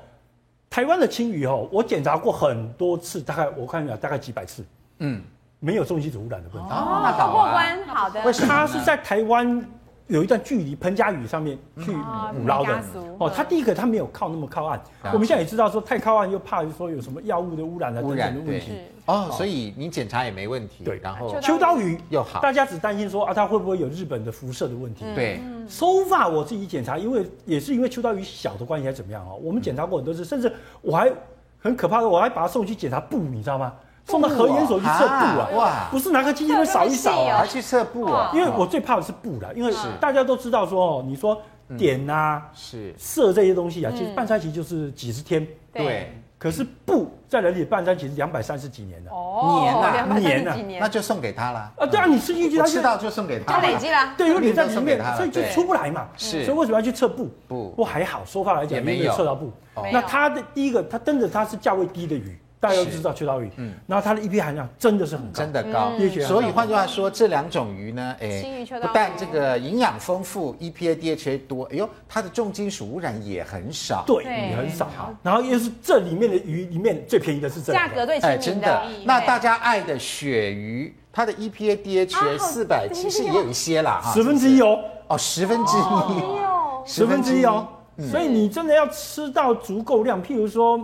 Speaker 5: 台湾的青鱼哦，我检查过很多次，大概我看一下，大概几百次，
Speaker 1: 嗯，
Speaker 5: 没有重金属污染的问题。
Speaker 1: 那
Speaker 7: 哦
Speaker 1: 好
Speaker 2: 过
Speaker 1: 啊。
Speaker 2: 关，好的。
Speaker 1: 为什么
Speaker 5: 它
Speaker 1: 呢？
Speaker 5: 是在台湾有一段距离彭佳屿上面去捕捞的
Speaker 7: 彭佳屿
Speaker 5: 哦。它第一个它没有靠那么靠岸
Speaker 1: 嗯，
Speaker 5: 我们现在也知道说太靠岸又怕说有什么药物的污染啊
Speaker 1: 污
Speaker 5: 等
Speaker 1: 染
Speaker 5: 等的
Speaker 1: 对
Speaker 5: 问题。
Speaker 1: 哦，所以你检查也没问题，
Speaker 5: 对啊
Speaker 1: 然后
Speaker 5: 秋刀鱼
Speaker 1: 又好
Speaker 5: 大家只担心说啊它会不会有日本的辐射的问题？
Speaker 7: 嗯
Speaker 1: 对，
Speaker 5: 收发我自己检查，因为也是因为秋刀鱼小的关系还是怎么样哦，我们检查过很多次，甚至我还很可怕的，我还把它送去检查布，你知道吗？送到核研所去测布啊
Speaker 1: 啊，哇
Speaker 5: 不是拿个机器在那边扫一扫啊，
Speaker 1: 还去测布哦，
Speaker 5: 因为我最怕的是布啦，因为大家都知道说哦，你说点啊、
Speaker 1: 是
Speaker 5: 色这些东西啊，其实半衰期就是几十天，
Speaker 1: 对
Speaker 5: 可是布在人体半衰期是两百三十几年的
Speaker 1: 黏啊，
Speaker 5: 年啊，
Speaker 1: 那就送给他啦。
Speaker 5: 啊，对啊，你吃进去
Speaker 1: 我
Speaker 5: 它
Speaker 1: 吃
Speaker 5: 就
Speaker 1: 到就送给他
Speaker 4: 就
Speaker 1: 啦，
Speaker 4: 累积啦。
Speaker 5: 对，因为你在
Speaker 1: 都
Speaker 5: 里
Speaker 1: 送给
Speaker 5: 面
Speaker 1: 他，了
Speaker 5: 所以就
Speaker 1: 对
Speaker 5: 出不来嘛。
Speaker 1: 是
Speaker 5: 所以为什么要去测布？
Speaker 1: 布
Speaker 5: 不还好，说话来讲
Speaker 1: 也没有
Speaker 5: 有测到布
Speaker 1: 哦。
Speaker 5: 那它的第一个，它真的它是价位低的鱼，大家都知道秋刀鱼。嗯，然后它的 EP 含量真的是很高，
Speaker 1: 真的高
Speaker 5: 嗯，
Speaker 1: 所以换句话说，这两种鱼呢，哎，不但这个营养丰富，EPA、DHA ，E 多，哎呦，它的重金属污染也很少。
Speaker 5: 对，也很少。然后又是这里面的鱼里面最便宜的是这
Speaker 2: 价
Speaker 5: 两个
Speaker 2: 格最
Speaker 1: 哎，
Speaker 2: 亲
Speaker 1: 真
Speaker 2: 民
Speaker 1: 的
Speaker 2: 的，。
Speaker 1: 那大家爱的鳕鱼，它的 E EPA、DHA 四百，其实也有一些啦，哈
Speaker 5: 十分之一哦，
Speaker 1: 哦，十分之一，嗯
Speaker 5: 十分之一哦。所以你真的要吃到足够量，譬如说，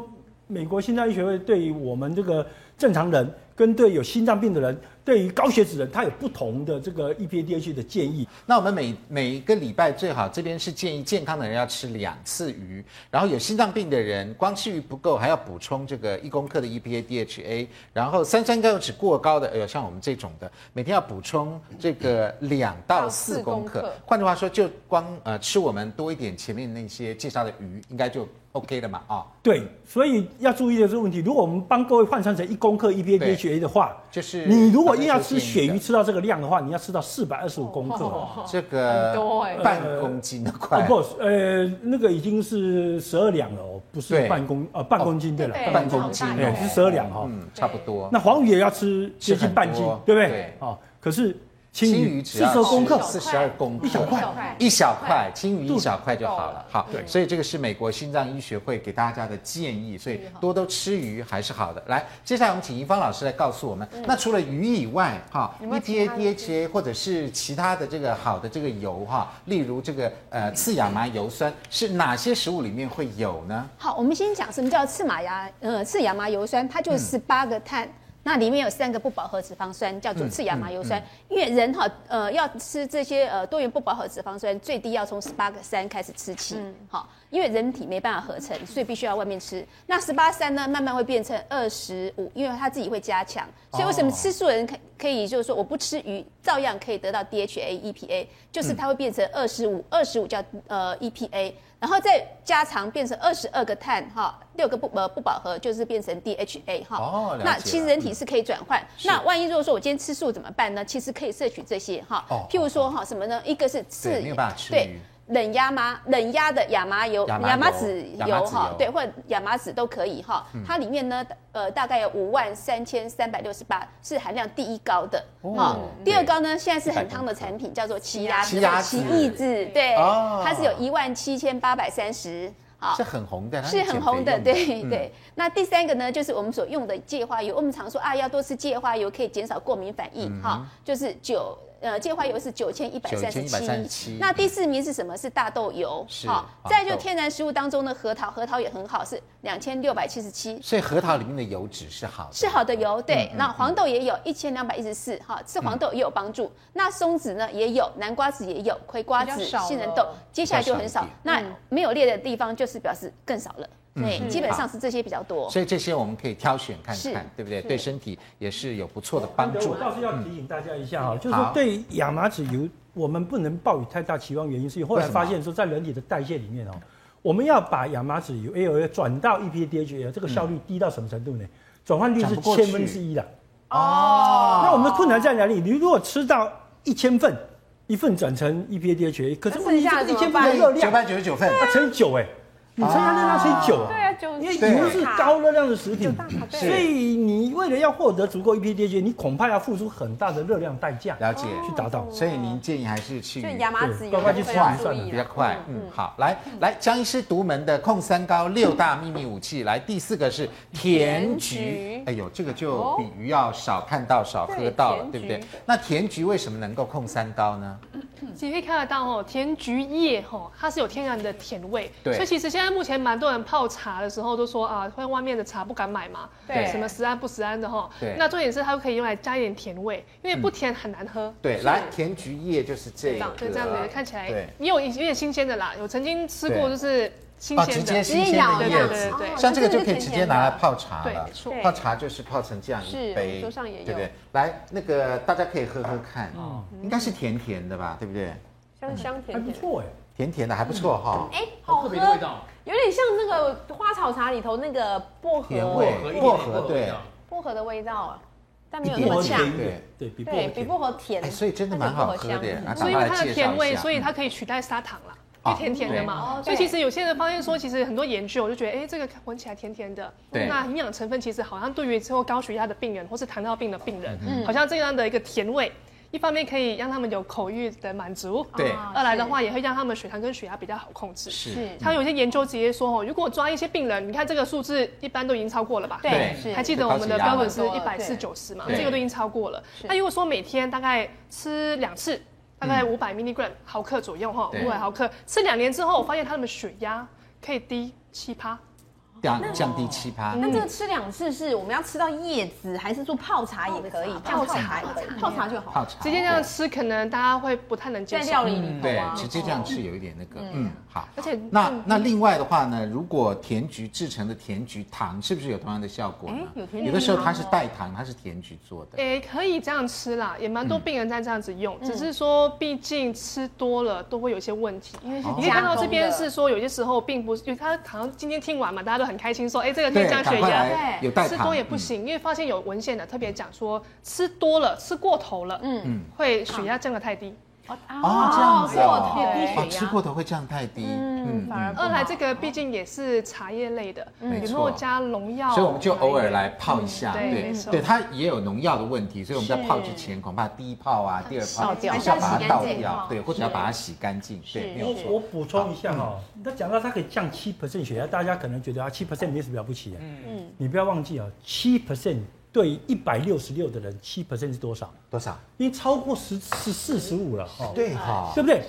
Speaker 5: 美国心脏医学会对于我们这个正常人，跟对有心脏病的人，对于高血脂人，它有不同的这个 E EPA、DHA 的建议。
Speaker 1: 那我们每每一个礼拜最好，这边是建议健康的人要吃两次鱼，然后有心脏病的人光吃鱼不够，还要补充这个一公克的 E EPA、DHA，然后三酸甘油酯过高的，哎呦，像我们这种的，每天要补充这个两到四公克。换句话说，就光呃吃我们多一点前面那些介绍的鱼，应该就 OK 了嘛啊、
Speaker 5: 对，所以要注意的这个问题，如果我们帮各位换算成一公克 E EPA、
Speaker 1: 对
Speaker 5: DHA 的话，
Speaker 1: 就是
Speaker 5: 你如果硬要吃
Speaker 1: 鳕
Speaker 5: 鳕鱼，吃到这个量的话，你要吃到四百二十五公克。哦
Speaker 1: 这个
Speaker 10: 哎
Speaker 1: 半公斤的快。
Speaker 5: 不，呃，那个已经是十二两了哦，不
Speaker 1: 对
Speaker 5: 是半公呃半公斤对了，
Speaker 1: 半公斤哦
Speaker 5: 对，是十二两哈。
Speaker 1: 嗯，差不多。
Speaker 5: 那黄鱼也要吃接
Speaker 1: 吃
Speaker 5: 近
Speaker 1: 很
Speaker 5: 半斤
Speaker 1: 多，
Speaker 5: 对不对
Speaker 1: 对？
Speaker 5: 哦，可是
Speaker 1: 青
Speaker 5: 青
Speaker 1: 鱼
Speaker 5: 鱼
Speaker 1: 只
Speaker 5: 四
Speaker 1: 要
Speaker 5: 十二公克，
Speaker 1: 四十二公克，一
Speaker 5: 小
Speaker 1: 块，一小块，青鱼一小块就好了。好，所以这个是美国心脏医学会给大家的建议，所以多多吃鱼还是好的。来，接下来我们请怡芳老师来告诉我们，那除了鱼以外，哈，EPA、DHA ，E 或者是其他的这个好的这个油哈，例如这个呃次亚麻油酸，是哪些食物里面会有呢？
Speaker 9: 好，我们先讲什么叫次马牙，呃，次亚麻油酸，它就十八个碳。那里面有三个不饱和脂肪酸，叫做次亚麻油酸。因为人哈，呃，要吃这些呃多元不饱和脂肪酸，最低要从十八个三开始吃起，好、因为人体没办法合成，所以必须要外面吃。那十八三呢，慢慢会变成二十五，因为它自己会加强。所以为什么吃素的人可可以就是说我不吃鱼，照样可以得到 DHA、EPA，就是 E
Speaker 1: 嗯
Speaker 9: 它会变成二十五，二十五叫呃 EPA，然后再加长变成二十二个碳哈，六个不呃不饱和就是变成 DHA 哈。
Speaker 1: 哦了解
Speaker 9: 那其实人体是可以转换。
Speaker 1: 是
Speaker 9: 那万一如果说我今天吃素怎么办呢？其实可以摄取这些哈
Speaker 1: 哦，
Speaker 9: 譬如说哈什么呢？一个是刺
Speaker 1: 对没有办法吃
Speaker 9: 对
Speaker 1: 鱼
Speaker 9: 冷压麻冷压的亚麻油、
Speaker 1: 亚麻油
Speaker 9: 籽
Speaker 1: 亚麻
Speaker 9: 油
Speaker 1: 籽油
Speaker 9: 对，或者亚麻籽都可以哈。
Speaker 1: 嗯
Speaker 9: 它里面呢，呃，大概有五万三千三百六十八是含量第一高的
Speaker 1: 哦
Speaker 9: 哈。第二
Speaker 1: 对
Speaker 9: 高呢，现在是很夯的产品叫做奇亚
Speaker 1: 奇亚
Speaker 9: 奇
Speaker 1: 籽
Speaker 9: 异籽，对
Speaker 1: 哦，
Speaker 9: 它是有一万七千八百三十。好
Speaker 1: 是，很红的，嗯它
Speaker 9: 啊是很红的，嗯
Speaker 1: 减肥用
Speaker 9: 对对。那第三个呢，就是我们所用的芥花油。我们常说啊，要多吃芥花油，可以减少过敏反应哈、就是九呃，芥花油是九千一百三十
Speaker 1: 9137
Speaker 9: 七。那第四名是什么？是大豆油。
Speaker 1: 是
Speaker 9: 好
Speaker 1: 大豆
Speaker 9: 再就天然食物当中的核桃，核桃也很好，是两千六百七十七。
Speaker 1: 所以核桃里面的油脂是好的，
Speaker 9: 是好的
Speaker 1: 嗯
Speaker 9: 油，对。那黄豆也有一千两百一十四，哈，吃黄豆也有帮助。那松子呢也有，南瓜子也有，葵瓜
Speaker 7: 比
Speaker 9: 子、
Speaker 7: 较少
Speaker 9: 杏仁
Speaker 7: 了
Speaker 9: 豆，接下来就很
Speaker 1: 比
Speaker 9: 少
Speaker 1: 较。
Speaker 9: 那没有列的地方就是表示更少了，
Speaker 1: 嗯
Speaker 9: 对，
Speaker 7: 嗯
Speaker 9: 基本上是这些比较多。
Speaker 1: 所以这些我们可以挑选看
Speaker 9: 是
Speaker 1: 看，对不对？对身体也是有不错的帮助嗯
Speaker 5: 我。倒是要提醒大家一下哈，就是
Speaker 1: 好
Speaker 5: 说对亚麻籽油，我们不能抱以太大期望，原因是因为后来
Speaker 1: 为什么
Speaker 5: 发现说在人体的代谢里面哦，我们要把亚麻籽油 AOA 转到 EPA、DHA，这个效率低到什么程
Speaker 1: 嗯
Speaker 5: 度呢？转换率
Speaker 1: 转
Speaker 5: 是
Speaker 1: 不过去
Speaker 5: 千分之一的。
Speaker 1: 哦，
Speaker 5: 那我们的困难在哪里？你如果吃到一千份，一份转成 EPA、DHA，可是问
Speaker 7: 剩
Speaker 5: 题这
Speaker 7: 下
Speaker 5: 个
Speaker 7: 的
Speaker 5: 一
Speaker 7: 怎
Speaker 5: 千
Speaker 7: 么
Speaker 5: 份的热
Speaker 1: 九
Speaker 5: 量，
Speaker 1: 百九十九份，
Speaker 5: 它乘以九哎，你参加热量是酒啊，
Speaker 7: 对啊，就
Speaker 5: 因为
Speaker 7: 是
Speaker 5: 油是高热量的食品，
Speaker 7: 卡对
Speaker 5: 所以你为了要获得足够 EPDG，你恐怕要付出很大的热量代价
Speaker 1: 了解。
Speaker 5: 去达到。
Speaker 1: 所以您建议还是去
Speaker 7: 就亚麻籽油
Speaker 5: 对乖乖去
Speaker 7: 会
Speaker 5: 换
Speaker 7: 要
Speaker 1: 快
Speaker 7: 注
Speaker 10: 啊
Speaker 7: 意
Speaker 1: 比较
Speaker 7: 啦
Speaker 1: 快。嗯，好，来来，江医师独门的控三高六大秘密武器，来第四个是甜菊。哎呦，这个就比鱼要少看到、少喝到了，对
Speaker 7: 对
Speaker 1: 不对？那甜菊为什么能够控三高呢？
Speaker 8: 其实可以看得到哦，甜菊叶哦，它是有天然的甜味，
Speaker 1: 对
Speaker 8: 所以其实现在目前蛮多人泡茶的时候都说啊，会外面的茶不敢买嘛，
Speaker 1: 对
Speaker 8: 什么食安不食安的哈、哦
Speaker 1: 对，
Speaker 8: 那重点是它可以用来加一点甜味，因为不甜很难喝。
Speaker 1: 嗯对，来，甜菊叶就是这个，
Speaker 8: 就这样子看起来
Speaker 1: 对，
Speaker 8: 也有有点新鲜的啦，有曾经吃
Speaker 1: 对
Speaker 8: 过就是新
Speaker 1: 哦，
Speaker 8: 鲜的，
Speaker 1: 直接新
Speaker 7: 直接
Speaker 1: 鲜
Speaker 7: 咬
Speaker 1: 的
Speaker 8: 对
Speaker 1: 叶
Speaker 8: 对
Speaker 1: 子
Speaker 8: 对。对
Speaker 7: 哦
Speaker 1: 像这个
Speaker 7: 这
Speaker 1: 就
Speaker 7: 个
Speaker 1: 可以
Speaker 7: 是
Speaker 1: 直接
Speaker 7: 甜
Speaker 1: 拿来
Speaker 7: 的
Speaker 1: 泡茶了
Speaker 8: 对没错，
Speaker 1: 泡茶就是泡成这样一
Speaker 7: 是
Speaker 1: 杯，
Speaker 7: 我桌上也有
Speaker 1: 对不对？来，那个大家可以喝喝看，应该是甜甜的吧，对不对？
Speaker 7: 香
Speaker 1: 嗯
Speaker 7: 香
Speaker 5: 还
Speaker 7: 甜
Speaker 5: 不
Speaker 7: 甜，
Speaker 5: 错哎，
Speaker 1: 甜甜的还不错哈，
Speaker 7: 哎，好
Speaker 3: 特
Speaker 7: 喝，
Speaker 3: 别的味道，
Speaker 7: 有点像那个花草茶里头那个薄
Speaker 1: 甜
Speaker 7: 荷
Speaker 1: 味
Speaker 3: 和一点点
Speaker 1: 薄
Speaker 3: 薄荷
Speaker 1: 荷
Speaker 3: 的味
Speaker 1: 对
Speaker 3: 道
Speaker 7: 薄荷的味道，啊但没有
Speaker 5: 比
Speaker 7: 那
Speaker 5: 薄
Speaker 7: 么
Speaker 5: 荷
Speaker 7: 呛，
Speaker 5: 甜一
Speaker 1: 对
Speaker 5: 点，对比薄荷
Speaker 7: 对比
Speaker 5: 甜。
Speaker 7: 薄荷甜
Speaker 1: 哎，，所以真的蛮好喝的耶，
Speaker 7: 那
Speaker 1: 啊
Speaker 8: 所以
Speaker 1: 赶快来
Speaker 8: 它的
Speaker 1: 介
Speaker 8: 甜
Speaker 1: 绍
Speaker 8: 味，
Speaker 1: 一下嗯
Speaker 8: 所以它可以取代砂糖啦。
Speaker 1: 哦
Speaker 8: 因为甜甜的嘛，所以其实有些人发现说，其实很多研究就觉得，哎，这个闻起来甜甜的，
Speaker 1: 对
Speaker 8: 那营养成分其实好像对于之后高血压的病人或是糖尿病的病人，
Speaker 1: 嗯
Speaker 8: 好像这样的一个甜味，一方面可以让他们有口欲的满足，
Speaker 1: 嗯
Speaker 8: 啊
Speaker 1: 对
Speaker 8: 二来的话也会让他们血糖跟血压比较好控制。
Speaker 1: 是
Speaker 8: 他有一些研究直接说哦，如果抓一些病人，你看这个数字一般都已经超过了吧？
Speaker 1: 对
Speaker 7: 是
Speaker 8: 还记得我们的标准是一百四
Speaker 7: 对
Speaker 8: 九十嘛，
Speaker 1: 对
Speaker 8: 这个都已经超过了。那如果说每天大概吃两次，大概五百 milligram 毫克左右哈，
Speaker 1: 嗯对
Speaker 8: 五百毫克，吃两年之后，我发现他们的血压可以低七趴。
Speaker 1: 降降低奇葩。
Speaker 7: 那这个吃两次是我们要吃到叶子，还是做泡茶也可以？泡茶也可以，泡茶就好。
Speaker 1: 泡茶
Speaker 8: 直接这样吃，可能大家会不太能接
Speaker 7: 在
Speaker 8: 受。
Speaker 7: 料理里头
Speaker 1: 对
Speaker 7: 啊，，
Speaker 1: 直接这样吃有一点那个，嗯，好。
Speaker 8: 而且
Speaker 1: 那那另外的话呢，如果甜菊制成的甜菊糖是不是有同样的效果呢
Speaker 7: 哎？有甜菊
Speaker 1: 的时候它是代糖，它是甜菊做的。
Speaker 8: 诶，可以这样吃啦，也
Speaker 1: 嗯
Speaker 8: 蛮多病人在这样子用，只是说毕竟吃多了都会有一些问题。因为
Speaker 1: 哦
Speaker 8: 你可以看到这边是说，有些时候并不是，因为他好像今天听完嘛，大家都很开心说，哎，这个可以
Speaker 1: 对，
Speaker 8: 降血
Speaker 1: 赶快
Speaker 8: 压。
Speaker 1: 来，有代
Speaker 8: 吃
Speaker 1: 糖嗯
Speaker 8: 多也不行，因为发现有文献的特别讲说，吃多了、吃过头了，嗯嗯，会血压降得太低。
Speaker 1: 哦，这样子哦，
Speaker 7: 对
Speaker 1: 哦，吃过头会降太低，嗯，
Speaker 7: 反而
Speaker 8: 二来这个毕竟也是茶叶类的，
Speaker 1: 没
Speaker 8: 有没
Speaker 1: 错
Speaker 8: 有加农药？
Speaker 1: 所以我们就偶尔来泡一下，
Speaker 8: 嗯对没
Speaker 1: 对
Speaker 8: 错
Speaker 1: 对，它也有农药的问题，所以我们在泡之前恐怕第一泡啊、第二泡
Speaker 4: 倒掉
Speaker 1: 还是要把它倒
Speaker 7: 还是要洗干净
Speaker 1: 掉
Speaker 7: 哈，
Speaker 1: 对，或者要把它洗干净，对，没有
Speaker 5: 我
Speaker 1: 错，
Speaker 5: 补充一下哦，那讲到它可以降七 percent 血压，大家可能觉得啊七 percent 没什么了不起。嗯嗯，你不要忘记啊，七 percent 对一百六十六的人，七 percent 是多少？
Speaker 1: 多少？
Speaker 5: 已经超过十十四十五了哦，
Speaker 1: 对哈
Speaker 5: 对，不对？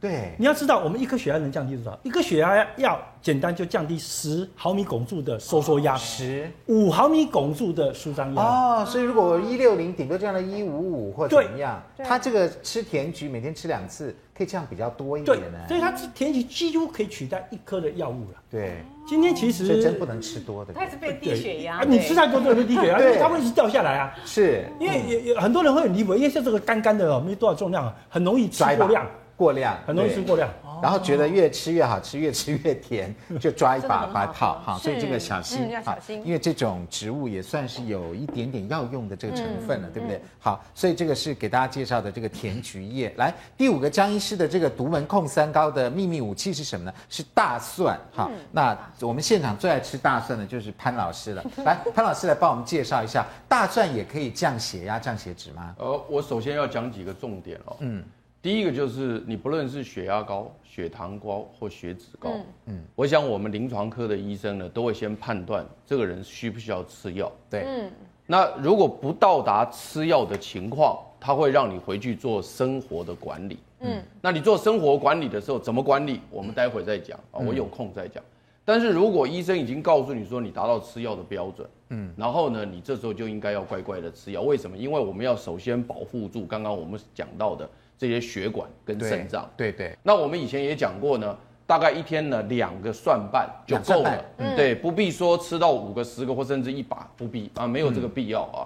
Speaker 1: 对，
Speaker 5: 你要知道，我们一颗血压能降低多少？一颗血压要简单就降低十毫米汞柱的收缩压，
Speaker 1: 哦十。
Speaker 5: 五毫米汞柱的舒张压。
Speaker 1: 哦，所以如果我一六零顶多降到一五五或怎么样，他这个吃甜菊每天吃两次，可以降比较多一
Speaker 5: 对
Speaker 1: 点，呢。
Speaker 5: 所以它甜菊几乎可以取代一颗的药物了。
Speaker 1: 对，
Speaker 5: 今天其实
Speaker 1: 所以真不能吃多的，
Speaker 7: 它是被低血压
Speaker 1: 哎
Speaker 5: 啊，，你吃太多就会低血压，因
Speaker 1: 对嗯
Speaker 5: 为它会一直掉下来啊。
Speaker 1: 是
Speaker 5: 因为也也很多人会很离谱，因为像这个干干的哦，没多少重量啊，很容易吃
Speaker 1: 拽吧
Speaker 5: 过量，
Speaker 1: 过量，
Speaker 5: 很容易
Speaker 1: 对
Speaker 5: 吃过量。哦
Speaker 1: 然后觉得越吃越好吃，越吃越甜，就抓一把
Speaker 7: 真的很好
Speaker 1: 把它泡哈，
Speaker 7: 是
Speaker 1: 所以这个小心
Speaker 7: 嗯要小心
Speaker 1: 因为这种植物也算是有一点点药用的这个成分
Speaker 7: 嗯
Speaker 1: 了，对不对？好，所以这个是给大家介绍的这个甜菊叶。来，第五个江医师的这个独门控三高的秘密武器是什么呢？是大蒜哈。
Speaker 7: 嗯
Speaker 1: 那我们现场最爱吃大蒜的就是潘老师 了，来，潘老师来帮我们介绍一下，大蒜也可以降血压、降血脂吗？
Speaker 6: 呃，我首先要讲几个重点哦。嗯，第一个就是你不论是血压高、血糖高或血脂高，嗯，我想我们临床科的医生呢，都会先判断这个人需不需要吃药。
Speaker 1: 对，
Speaker 6: 那如果不到达吃药的情况，它会让你回去做生活的管理。嗯，那你做生活管理的时候怎么管理？我们待会再讲
Speaker 1: 嗯
Speaker 6: 啊，我有空再讲。但是如果医生已经告诉你说你达到吃药的标准，嗯，然后呢，你这时候就应该要乖乖的吃药。为什么？因为我们要首先保护住刚刚我们讲到的这些血管跟
Speaker 1: 对
Speaker 6: 肾脏。
Speaker 1: 对对，
Speaker 6: 那我们以前也讲过呢，大概一天呢两个蒜瓣就够
Speaker 1: 两蒜嗯
Speaker 6: 了，对，不必说吃到五个、十个或甚至一把，不必啊，没有这个必要啊。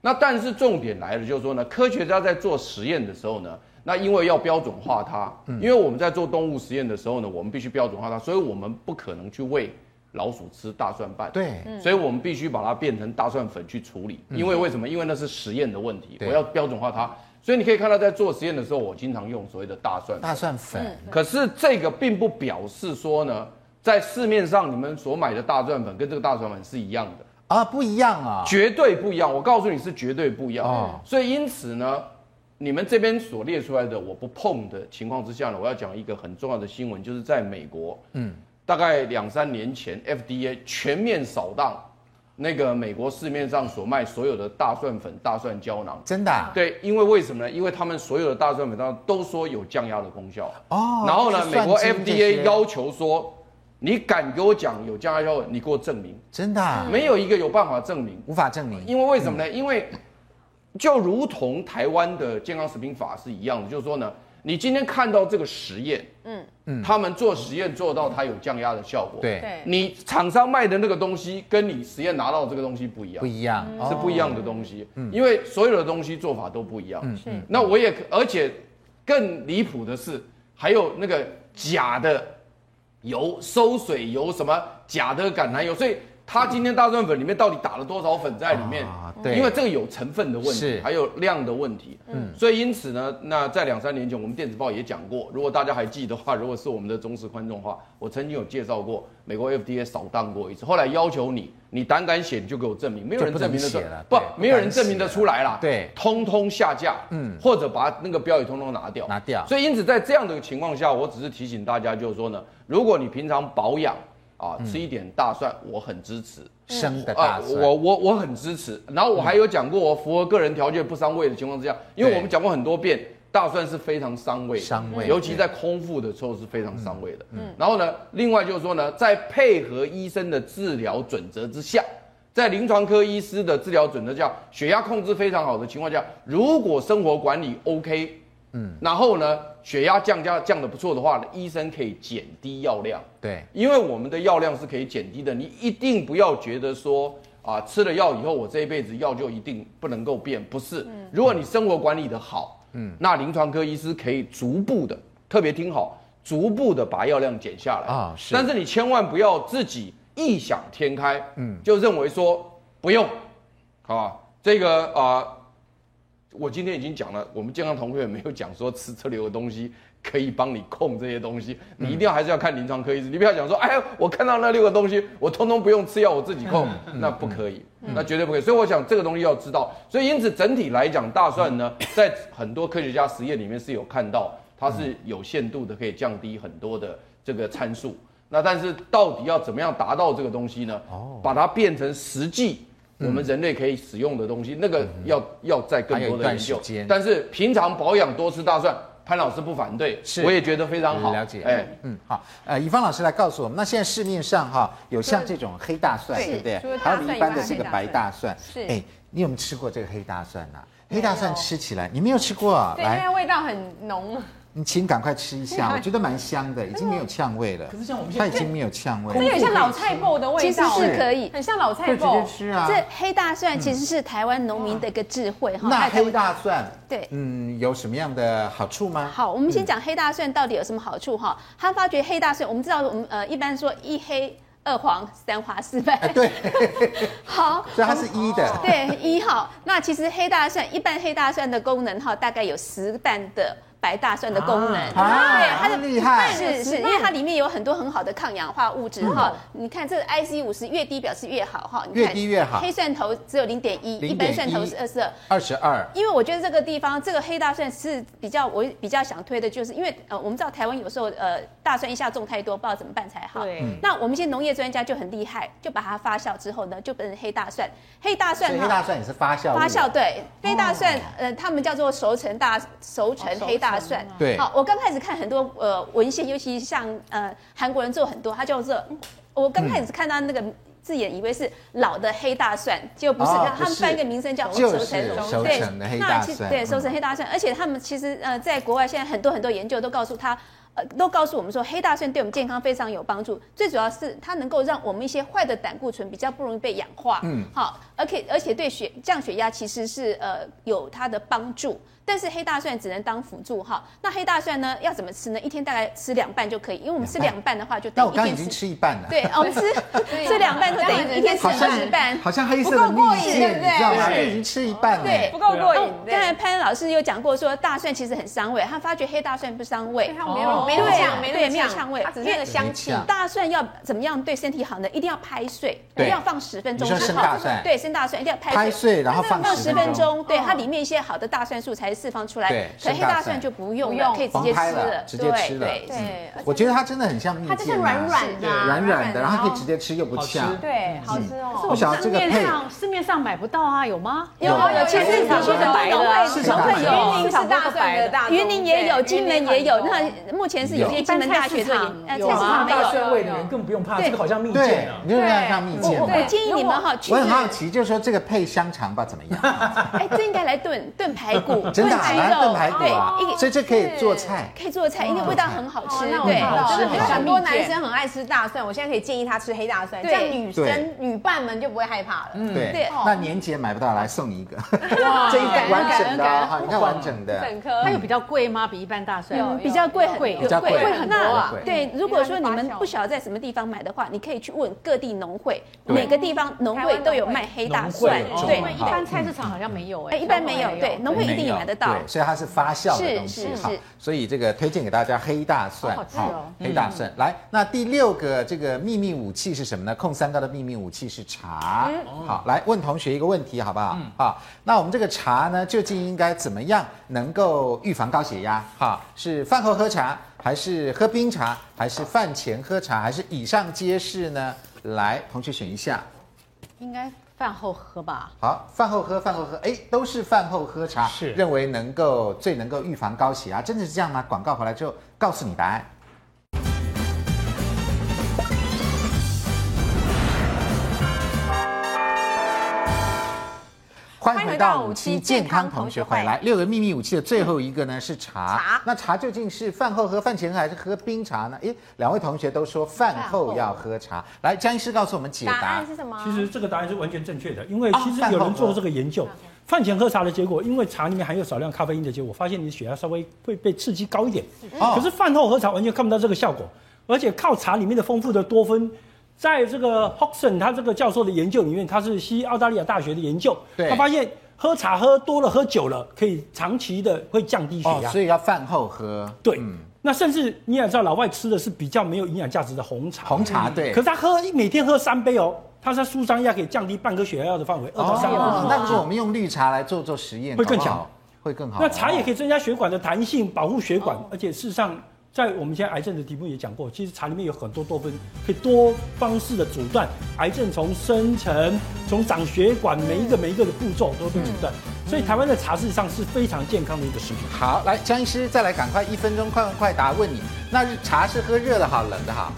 Speaker 6: 那但是重点来了，就是说呢，科学家在做实验的时候呢，那因为要标准化它，
Speaker 1: 嗯
Speaker 6: 因为我们在做动物实验的时候呢，我们必须标准化它，所以我们不可能去喂老鼠吃大蒜瓣，
Speaker 1: 对
Speaker 7: 嗯
Speaker 1: 嗯
Speaker 6: 所以我们必须把它变成大蒜粉去处理，因为为什么？因为那是实验的问题，
Speaker 1: 对
Speaker 6: 我要标准化它。所以你可以看到，在做实验的时候，
Speaker 7: 嗯
Speaker 6: 我经常用所谓的大蒜粉
Speaker 1: 大蒜粉。
Speaker 6: 可是这个并不表示说呢，在市面上你们所买的大蒜粉跟这个大蒜粉是一样的，
Speaker 1: 啊，不一样啊，
Speaker 6: 绝对不一样。我告诉你是绝对不一样。
Speaker 1: 哦
Speaker 6: 所以因此呢，你们这边所列出来的我不碰的情况之下呢，我要讲一个很重要的新闻，就是在美国，嗯，大概两三年前，FDA 全面扫荡那个美国市面上所卖所有的大蒜粉、大蒜胶囊。
Speaker 1: 真的啊
Speaker 6: 对，因为为什么呢？因为他们所有的大蒜粉当中都说有降压的功效。
Speaker 1: 哦
Speaker 6: 然后呢，
Speaker 1: 是
Speaker 6: 美
Speaker 1: 蒜
Speaker 6: 国
Speaker 1: 精这些
Speaker 6: FDA 要求说，你敢给我讲有降压效果，你给我证明。
Speaker 1: 真的啊
Speaker 6: 没有一个有办法证明，
Speaker 1: 无法证明，
Speaker 6: 因为为什
Speaker 1: 嗯
Speaker 6: 么呢？因为就如同台湾的健康食品法是一样的，就是说呢，你今天看到这个实验，嗯嗯，他们做实验做到它有降压的效果，，
Speaker 1: 对，
Speaker 7: 对
Speaker 6: 你厂商卖的那个东西跟你实验拿到的这个东西不一样
Speaker 1: 不。一样，
Speaker 7: 嗯
Speaker 6: 是
Speaker 1: 哦嗯
Speaker 6: 不一样的东西，因为所有的东西做法都不一样。那我也可，而且更离谱的是，还有那个假的油、收水油，什么假的橄榄油，所以它今天大蒜粉里面到底打了多少粉在里面？
Speaker 1: 啊对
Speaker 6: 因为这个有成分的问
Speaker 1: 是
Speaker 6: 题，还有量的问题。嗯，所以因此呢，那在两三年前，我们电子报也讲过，如果大家还记得话，如果是我们的忠实观众的话，我曾经有介绍过美国 FDA 扫荡过一次，后来要求你，你胆敢写你就给我证明，没有人证明的
Speaker 1: 就不能写了
Speaker 6: 不
Speaker 1: 对，
Speaker 6: 没有人证明得出来啦。
Speaker 1: 不敢写了对
Speaker 6: 通通下架，
Speaker 1: 嗯
Speaker 6: 嗯，或者把那个标语通通拿掉，
Speaker 1: 拿掉
Speaker 6: 所以因此在这样的情况下，我只是提醒大家，就是说呢，如果你平常保养
Speaker 1: 嗯
Speaker 6: 啊，吃一点大蒜，我很支持。
Speaker 7: 嗯
Speaker 1: 生的
Speaker 6: 啊
Speaker 1: 大，蒜，
Speaker 6: 我我我很支持。然后我还有讲过，我符合个人条件不伤胃的情况之下，因为
Speaker 1: 对
Speaker 6: 我们讲过很多遍，大蒜是非常伤胃的，
Speaker 1: 伤胃
Speaker 6: 尤其在空腹的时候是非常伤胃的。嗯，然后呢，另外就是说呢，在配合医生的治疗准则之下。在临床科医师的治疗准则下，血压控制非常好的情况下，如果生活管理 OK，嗯，然后呢，血压降降降的不错的话呢，医生可以减低药量，
Speaker 1: 对，
Speaker 6: 因为我们的药量是可以减低的，你一定不要觉得说啊，吃了药以后我这一辈子药就一定不能够变，不是。如果你生活管理的好，嗯，那临床科医师可以逐步的，特别听好，逐步的把药量减下来
Speaker 1: 啊是
Speaker 6: 但是你千万不要自己异想天开，嗯，就认为说不用，啊，这个啊、我今天已经讲了，我们健康同学也没有讲说吃这流的东西可以帮你控这些东西，你一定要还是要看临床科医师，你不要讲说，哎，我看到那六个东西，我通通不用吃药，我自己控，那不可以，那绝对不可以。所以我想这个东西要知道，所以因此整体来讲，大蒜呢，在很多科学家实验里面是有看到，它是有限度的可以降低很多的这个参数。那但是到底要怎么样达到这个东西呢？把它变成实际。我们人类可以使用的东西，那个要要再更
Speaker 1: 还有
Speaker 6: 多
Speaker 1: 一
Speaker 6: 的
Speaker 1: 段
Speaker 6: 研究
Speaker 1: 时间。
Speaker 6: 但是平常保养多吃大蒜，潘老师不反对，
Speaker 1: 是
Speaker 6: 我也觉得非常好。
Speaker 1: 了解，
Speaker 6: 哎
Speaker 1: 哎，，嗯，好，呃，以芳老师来告诉我们，那现在市面上哈有像这种黑大蒜，
Speaker 7: 对
Speaker 1: 对不对
Speaker 7: 除了？大
Speaker 1: 还
Speaker 7: 蒜
Speaker 1: 有一般的这个
Speaker 7: 以外
Speaker 1: 白大蒜，
Speaker 7: 是
Speaker 1: 哎，你有没有吃过这个黑大蒜呐？黑大蒜吃起来，你没有吃过啊？
Speaker 7: 对，因
Speaker 1: 来
Speaker 7: 为，味道很浓，
Speaker 1: 你请赶快吃一 下，我觉得蛮香的，已经没有呛味了。
Speaker 3: 可是像我们现
Speaker 1: 它
Speaker 3: 在
Speaker 1: 已经没有呛味
Speaker 7: 这有
Speaker 1: 了，
Speaker 7: 点像老菜脯的味
Speaker 9: 其实
Speaker 7: 道，
Speaker 9: 是
Speaker 7: 哎
Speaker 9: 可以。
Speaker 7: 很像老菜
Speaker 1: 对，直接
Speaker 7: 脯。
Speaker 1: 吃啊。
Speaker 9: 这黑大蒜其实是台湾农民的一个智慧哈。
Speaker 1: 那
Speaker 9: 还有
Speaker 1: 黑大蒜，
Speaker 9: 对
Speaker 1: 嗯，有什么样的好处吗？
Speaker 9: 好，我们先讲黑大蒜到底有什么好处哈？他发觉黑大蒜，我们知道我们呃一般说一黑二黄三花四白，
Speaker 1: 哎，对，
Speaker 9: 好，
Speaker 1: 所以它是一的，
Speaker 9: 对，一号。那其实黑大蒜，一般黑大蒜的功能哈，大概有十半的白大蒜的功能。
Speaker 1: 啊
Speaker 9: 对，它的
Speaker 1: 这么厉害
Speaker 9: 是是，因为它里面有很多很好的抗氧化物质哈。你看这 IC 五十越低表示越好哈，你看
Speaker 1: 嗯越低越好
Speaker 9: 黑蒜头只有零点一，一般蒜头是二十二。
Speaker 1: 二十二，
Speaker 9: 因为我觉得这个地方，这个黑大蒜是比较我比较想推的，就是因为呃，我们知道台湾有时候呃大蒜一下种太多，不知道怎么办才好。
Speaker 7: 对
Speaker 9: 那我们一些农业专家就很厉害，就把它发酵之后呢，就变成黑大蒜。黑大
Speaker 1: 所
Speaker 9: 蒜
Speaker 1: 以
Speaker 9: 哈
Speaker 1: 黑大蒜也是发酵物哦
Speaker 9: 发酵对黑大蒜，呃，他们叫做熟成大哦熟成嗯黑大蒜。
Speaker 1: 对
Speaker 9: 好，我刚开始看很多呃文献，尤其像呃韩国人做很多，他叫做我刚开始看到那个。字眼以为是老的黑大蒜，结果不是，
Speaker 1: 哦
Speaker 9: 他他
Speaker 1: 不
Speaker 9: 们
Speaker 1: 是
Speaker 9: 翻一个名称叫
Speaker 1: 就
Speaker 9: 熟
Speaker 1: 是
Speaker 9: 成
Speaker 1: 熟
Speaker 9: 对
Speaker 1: 成的黑
Speaker 9: 那
Speaker 1: 大
Speaker 9: 其实
Speaker 1: 蒜
Speaker 9: 对，
Speaker 1: 嗯
Speaker 9: 熟成黑大蒜，而且他们其实呃，在国外现在很多很多研究都告诉他，呃，都告诉我们说黑大蒜对我们健康非常有帮助，最主要是它能够让我们一些坏的胆固醇比较不容易被氧化，嗯，好，而且而且对血降血压其实是呃有它的帮助。但是黑大蒜只能当辅助哈，那黑大蒜呢要怎么吃呢？一天大概吃两瓣就可以，因为我们吃两瓣的话就
Speaker 1: 但
Speaker 9: 等
Speaker 1: 我
Speaker 9: 于一
Speaker 1: 刚刚已
Speaker 9: 天
Speaker 1: 经
Speaker 9: 吃。
Speaker 1: 吃一半了。
Speaker 9: 对，哦我们吃吃两瓣就等于一天吃
Speaker 1: 好像
Speaker 9: 二十瓣，
Speaker 1: 好像黑色
Speaker 7: 不
Speaker 1: 的
Speaker 7: 够
Speaker 1: 蜜
Speaker 7: 过瘾对
Speaker 1: 饯，
Speaker 7: 不
Speaker 1: 你
Speaker 7: 对
Speaker 1: 知道吗？
Speaker 6: 对
Speaker 1: 就已经吃一半了。
Speaker 9: 对啊
Speaker 7: 不够过瘾
Speaker 9: 哦刚才潘老师有讲过说，大蒜其实很伤胃，他发觉黑大蒜不伤胃。
Speaker 7: 它没有
Speaker 2: 没那么
Speaker 9: 对
Speaker 2: 呛，没
Speaker 9: 对
Speaker 2: 那
Speaker 9: 没
Speaker 2: 么
Speaker 9: 有
Speaker 2: 呛
Speaker 9: 呛味
Speaker 2: 它只是那个香气
Speaker 1: 哦没。呛
Speaker 9: 大蒜要怎么样对身体好呢？一定要拍碎，一
Speaker 1: 对
Speaker 9: 定要放十分钟
Speaker 1: 你说
Speaker 9: 之
Speaker 1: 生
Speaker 9: 后
Speaker 1: 大蒜
Speaker 9: 对，生大蒜一定要拍
Speaker 1: 拍碎然后
Speaker 9: 那
Speaker 1: 放
Speaker 9: 放
Speaker 1: 10
Speaker 9: 分
Speaker 1: 分钟
Speaker 9: 钟，对，
Speaker 2: 嗯
Speaker 9: 它里面一些好的大蒜素才释放出来。
Speaker 1: 对
Speaker 9: 可是
Speaker 1: 生
Speaker 9: 黑
Speaker 1: 大
Speaker 9: 大
Speaker 1: 蒜
Speaker 9: 蒜就不用
Speaker 2: 不
Speaker 9: 了，
Speaker 2: 用
Speaker 9: 可以直
Speaker 1: 帮
Speaker 9: 接
Speaker 1: 拍
Speaker 9: 吃
Speaker 1: 了
Speaker 9: 了，，
Speaker 1: 直接吃了。
Speaker 9: 对，对
Speaker 2: 对，嗯
Speaker 1: 我觉得它真的很像蜜饯啊，
Speaker 2: 它就是软软的啊，
Speaker 1: 软软的，然后可以直
Speaker 2: 接
Speaker 1: 接吃又不
Speaker 3: 好
Speaker 1: 呛
Speaker 3: 吃。
Speaker 2: 对，好吃哦。
Speaker 1: 我想要这
Speaker 10: 市
Speaker 1: 个
Speaker 10: 面
Speaker 1: 配
Speaker 10: 上市面上买不到啊，有吗？
Speaker 1: 有有有
Speaker 9: 其实
Speaker 1: 市场
Speaker 9: 其实
Speaker 1: 都有
Speaker 9: 白的啊，
Speaker 1: 市场都有
Speaker 2: 云林是大蒜的大宗，
Speaker 9: 云林也有，
Speaker 2: 对
Speaker 9: 金门也有。
Speaker 2: 云林很多
Speaker 9: 那目前是有些金门大学这个研，呃
Speaker 10: 有
Speaker 9: 菜市
Speaker 10: 啊
Speaker 9: 场
Speaker 3: 怕
Speaker 9: 没有
Speaker 3: 大蒜味的人更不用怕，这个好像蜜饯
Speaker 1: 对
Speaker 3: 啊，
Speaker 1: 你。就让它像蜜饯
Speaker 9: 我我
Speaker 1: 嘛。
Speaker 9: 建议你们哈，去
Speaker 1: 我很好奇，就是说这个配香肠吧怎么样？
Speaker 9: 哎，这应该来炖炖排骨，
Speaker 1: 真
Speaker 9: 炖
Speaker 1: 的啊，
Speaker 9: 鸡
Speaker 1: 把它
Speaker 9: 肉，
Speaker 1: 炖排骨啊
Speaker 9: 对，一，个
Speaker 1: 所以这可以做菜。
Speaker 9: 可以做菜，因为味道很好吃，
Speaker 2: 哦那我
Speaker 9: 对
Speaker 2: 知，道
Speaker 1: 好吃
Speaker 2: 了
Speaker 1: 好
Speaker 2: 有
Speaker 1: 吃
Speaker 2: 很多男生很爱吃大蒜，我现在可以建议他吃黑大蒜，这
Speaker 9: 对
Speaker 2: 样女生
Speaker 1: 对
Speaker 2: 女伴们就不会害怕了。
Speaker 1: 对
Speaker 9: 对，
Speaker 1: 那年节买不到，来送你一个，这一个完整的啊哈，你看完整的，
Speaker 2: 整颗
Speaker 10: 它有比较贵吗？嗯比一般大蒜
Speaker 9: 比较贵很
Speaker 10: 贵
Speaker 1: 比较贵贵
Speaker 9: 那
Speaker 1: 很多啊
Speaker 9: 对，如果说你们不晓得在什么地方买的话，你可以去问各地农会，每个地方农会都有卖黑大蒜
Speaker 3: 农，
Speaker 1: 会
Speaker 9: 对
Speaker 1: 哦，
Speaker 10: 一般菜市场好像没有哎
Speaker 9: 哎，，一般没有，对，农会一定
Speaker 1: 没有
Speaker 9: 买得到。
Speaker 1: 对，所以它是发酵的
Speaker 9: 是
Speaker 1: 东西
Speaker 9: 是
Speaker 1: 哈
Speaker 9: 是。
Speaker 1: 所以这个推荐给大家黑大蒜，
Speaker 10: 好好吃哦
Speaker 1: 黑大蒜。来，那第六个这个秘密武器是什么呢？控三高的秘密武器是茶。
Speaker 9: 嗯
Speaker 1: 好，来问同学一个问题好不好？好，那我们这个茶呢，究竟应该怎么样能够预防高血压？哈，是饭后喝茶，还是喝冰茶，还是饭前喝茶，还是以上皆是呢？来，同学选一下。
Speaker 10: 应该饭后喝吧。
Speaker 1: 好，饭后喝，饭后喝，哎，都是饭后喝茶，
Speaker 3: 是
Speaker 1: 认为能够最能够预防高血压，真的是这样吗？广告回来之后告诉你答案。欢迎回到五期健康同学会。来，六个秘密武器的最后一个呢是茶。
Speaker 2: 茶
Speaker 1: 那茶究竟是饭后喝、饭前喝还是喝冰茶呢？哎，两位同学都说饭后要喝茶。来，江医师告诉我们解
Speaker 2: 答
Speaker 1: 答
Speaker 2: 案。是什么？
Speaker 5: 其实这个答案是完全正确的，因为
Speaker 1: 哦
Speaker 5: 其实
Speaker 1: 饭后
Speaker 5: 有人做这个研究，饭前喝茶的结果，因为茶里面含有少量咖啡因的结果，发现你的血压稍微会被刺激高一点。
Speaker 1: 哦
Speaker 5: 可是饭后喝茶完全看不到这个效果，而且靠茶里面的丰富的多酚。在这个 Hodgson 他这个教授的研究里面，他是西澳大利亚大学的研究，
Speaker 1: 对
Speaker 5: 他发现喝茶喝多了、喝久了，可以长期的会降低血
Speaker 1: 哦
Speaker 5: 压。，
Speaker 1: 所以要饭后喝。
Speaker 5: 对，那甚至你也知道，老外吃的是比较没有营养价值的红茶。
Speaker 1: 红茶对
Speaker 5: 可是他喝每天喝三杯哦，他在舒张压可以降低半颗血压药的范围，二到三个
Speaker 1: 哦，
Speaker 5: 度。
Speaker 1: 那如果我们用绿茶来做做实验，
Speaker 5: 会更
Speaker 1: 搞不好
Speaker 5: 强，
Speaker 1: 会更好。
Speaker 5: 那茶也可
Speaker 1: 以。
Speaker 5: 以增加血管的弹性，保护血
Speaker 1: 哦
Speaker 5: 管，而且事实上。在我们现在癌症的题目也讲过，其实茶里面有很多多酚，可以多方式的阻断癌症从生成、从长血管每一个每一个的步骤都被阻断，
Speaker 1: 嗯
Speaker 5: 所以台湾的茶事实上是非常健康的一个食品。
Speaker 1: 好，来江医师再来，赶快一分钟快问快答，问你，那是茶是喝热的好，冷的好？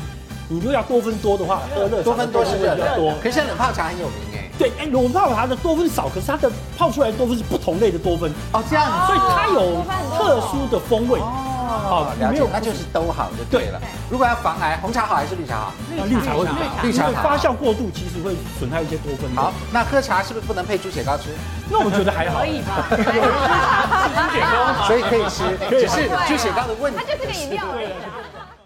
Speaker 5: 你如果要多酚多的话，喝热茶
Speaker 1: 多酚多是热
Speaker 5: 比较
Speaker 1: 的，
Speaker 5: 多。
Speaker 1: 可是现在冷泡茶很有名哎。
Speaker 5: 对，哎，我们泡茶的多酚少，可是它的泡出来的多酚是不同类的多酚，
Speaker 1: 哦，这样
Speaker 5: 所以
Speaker 1: 子。
Speaker 5: 它有特殊的风味。
Speaker 1: 哦
Speaker 5: 哦，
Speaker 1: 了
Speaker 5: 没
Speaker 1: 解
Speaker 5: 有，
Speaker 1: 那就是都好就对了
Speaker 5: 对。
Speaker 1: 如果要防癌，红茶好还是绿茶好？
Speaker 5: 那绿茶会比较好，
Speaker 1: 绿
Speaker 5: 因
Speaker 1: 茶
Speaker 5: 为
Speaker 1: 好
Speaker 5: 发酵过度其实会损害一些多酚。
Speaker 1: 好，，那喝茶是不是不能配猪血糕吃？
Speaker 5: 那我觉得还好。
Speaker 1: 所以可以吃，只是猪血糕的问题。
Speaker 2: 它就是个饮料而已啦。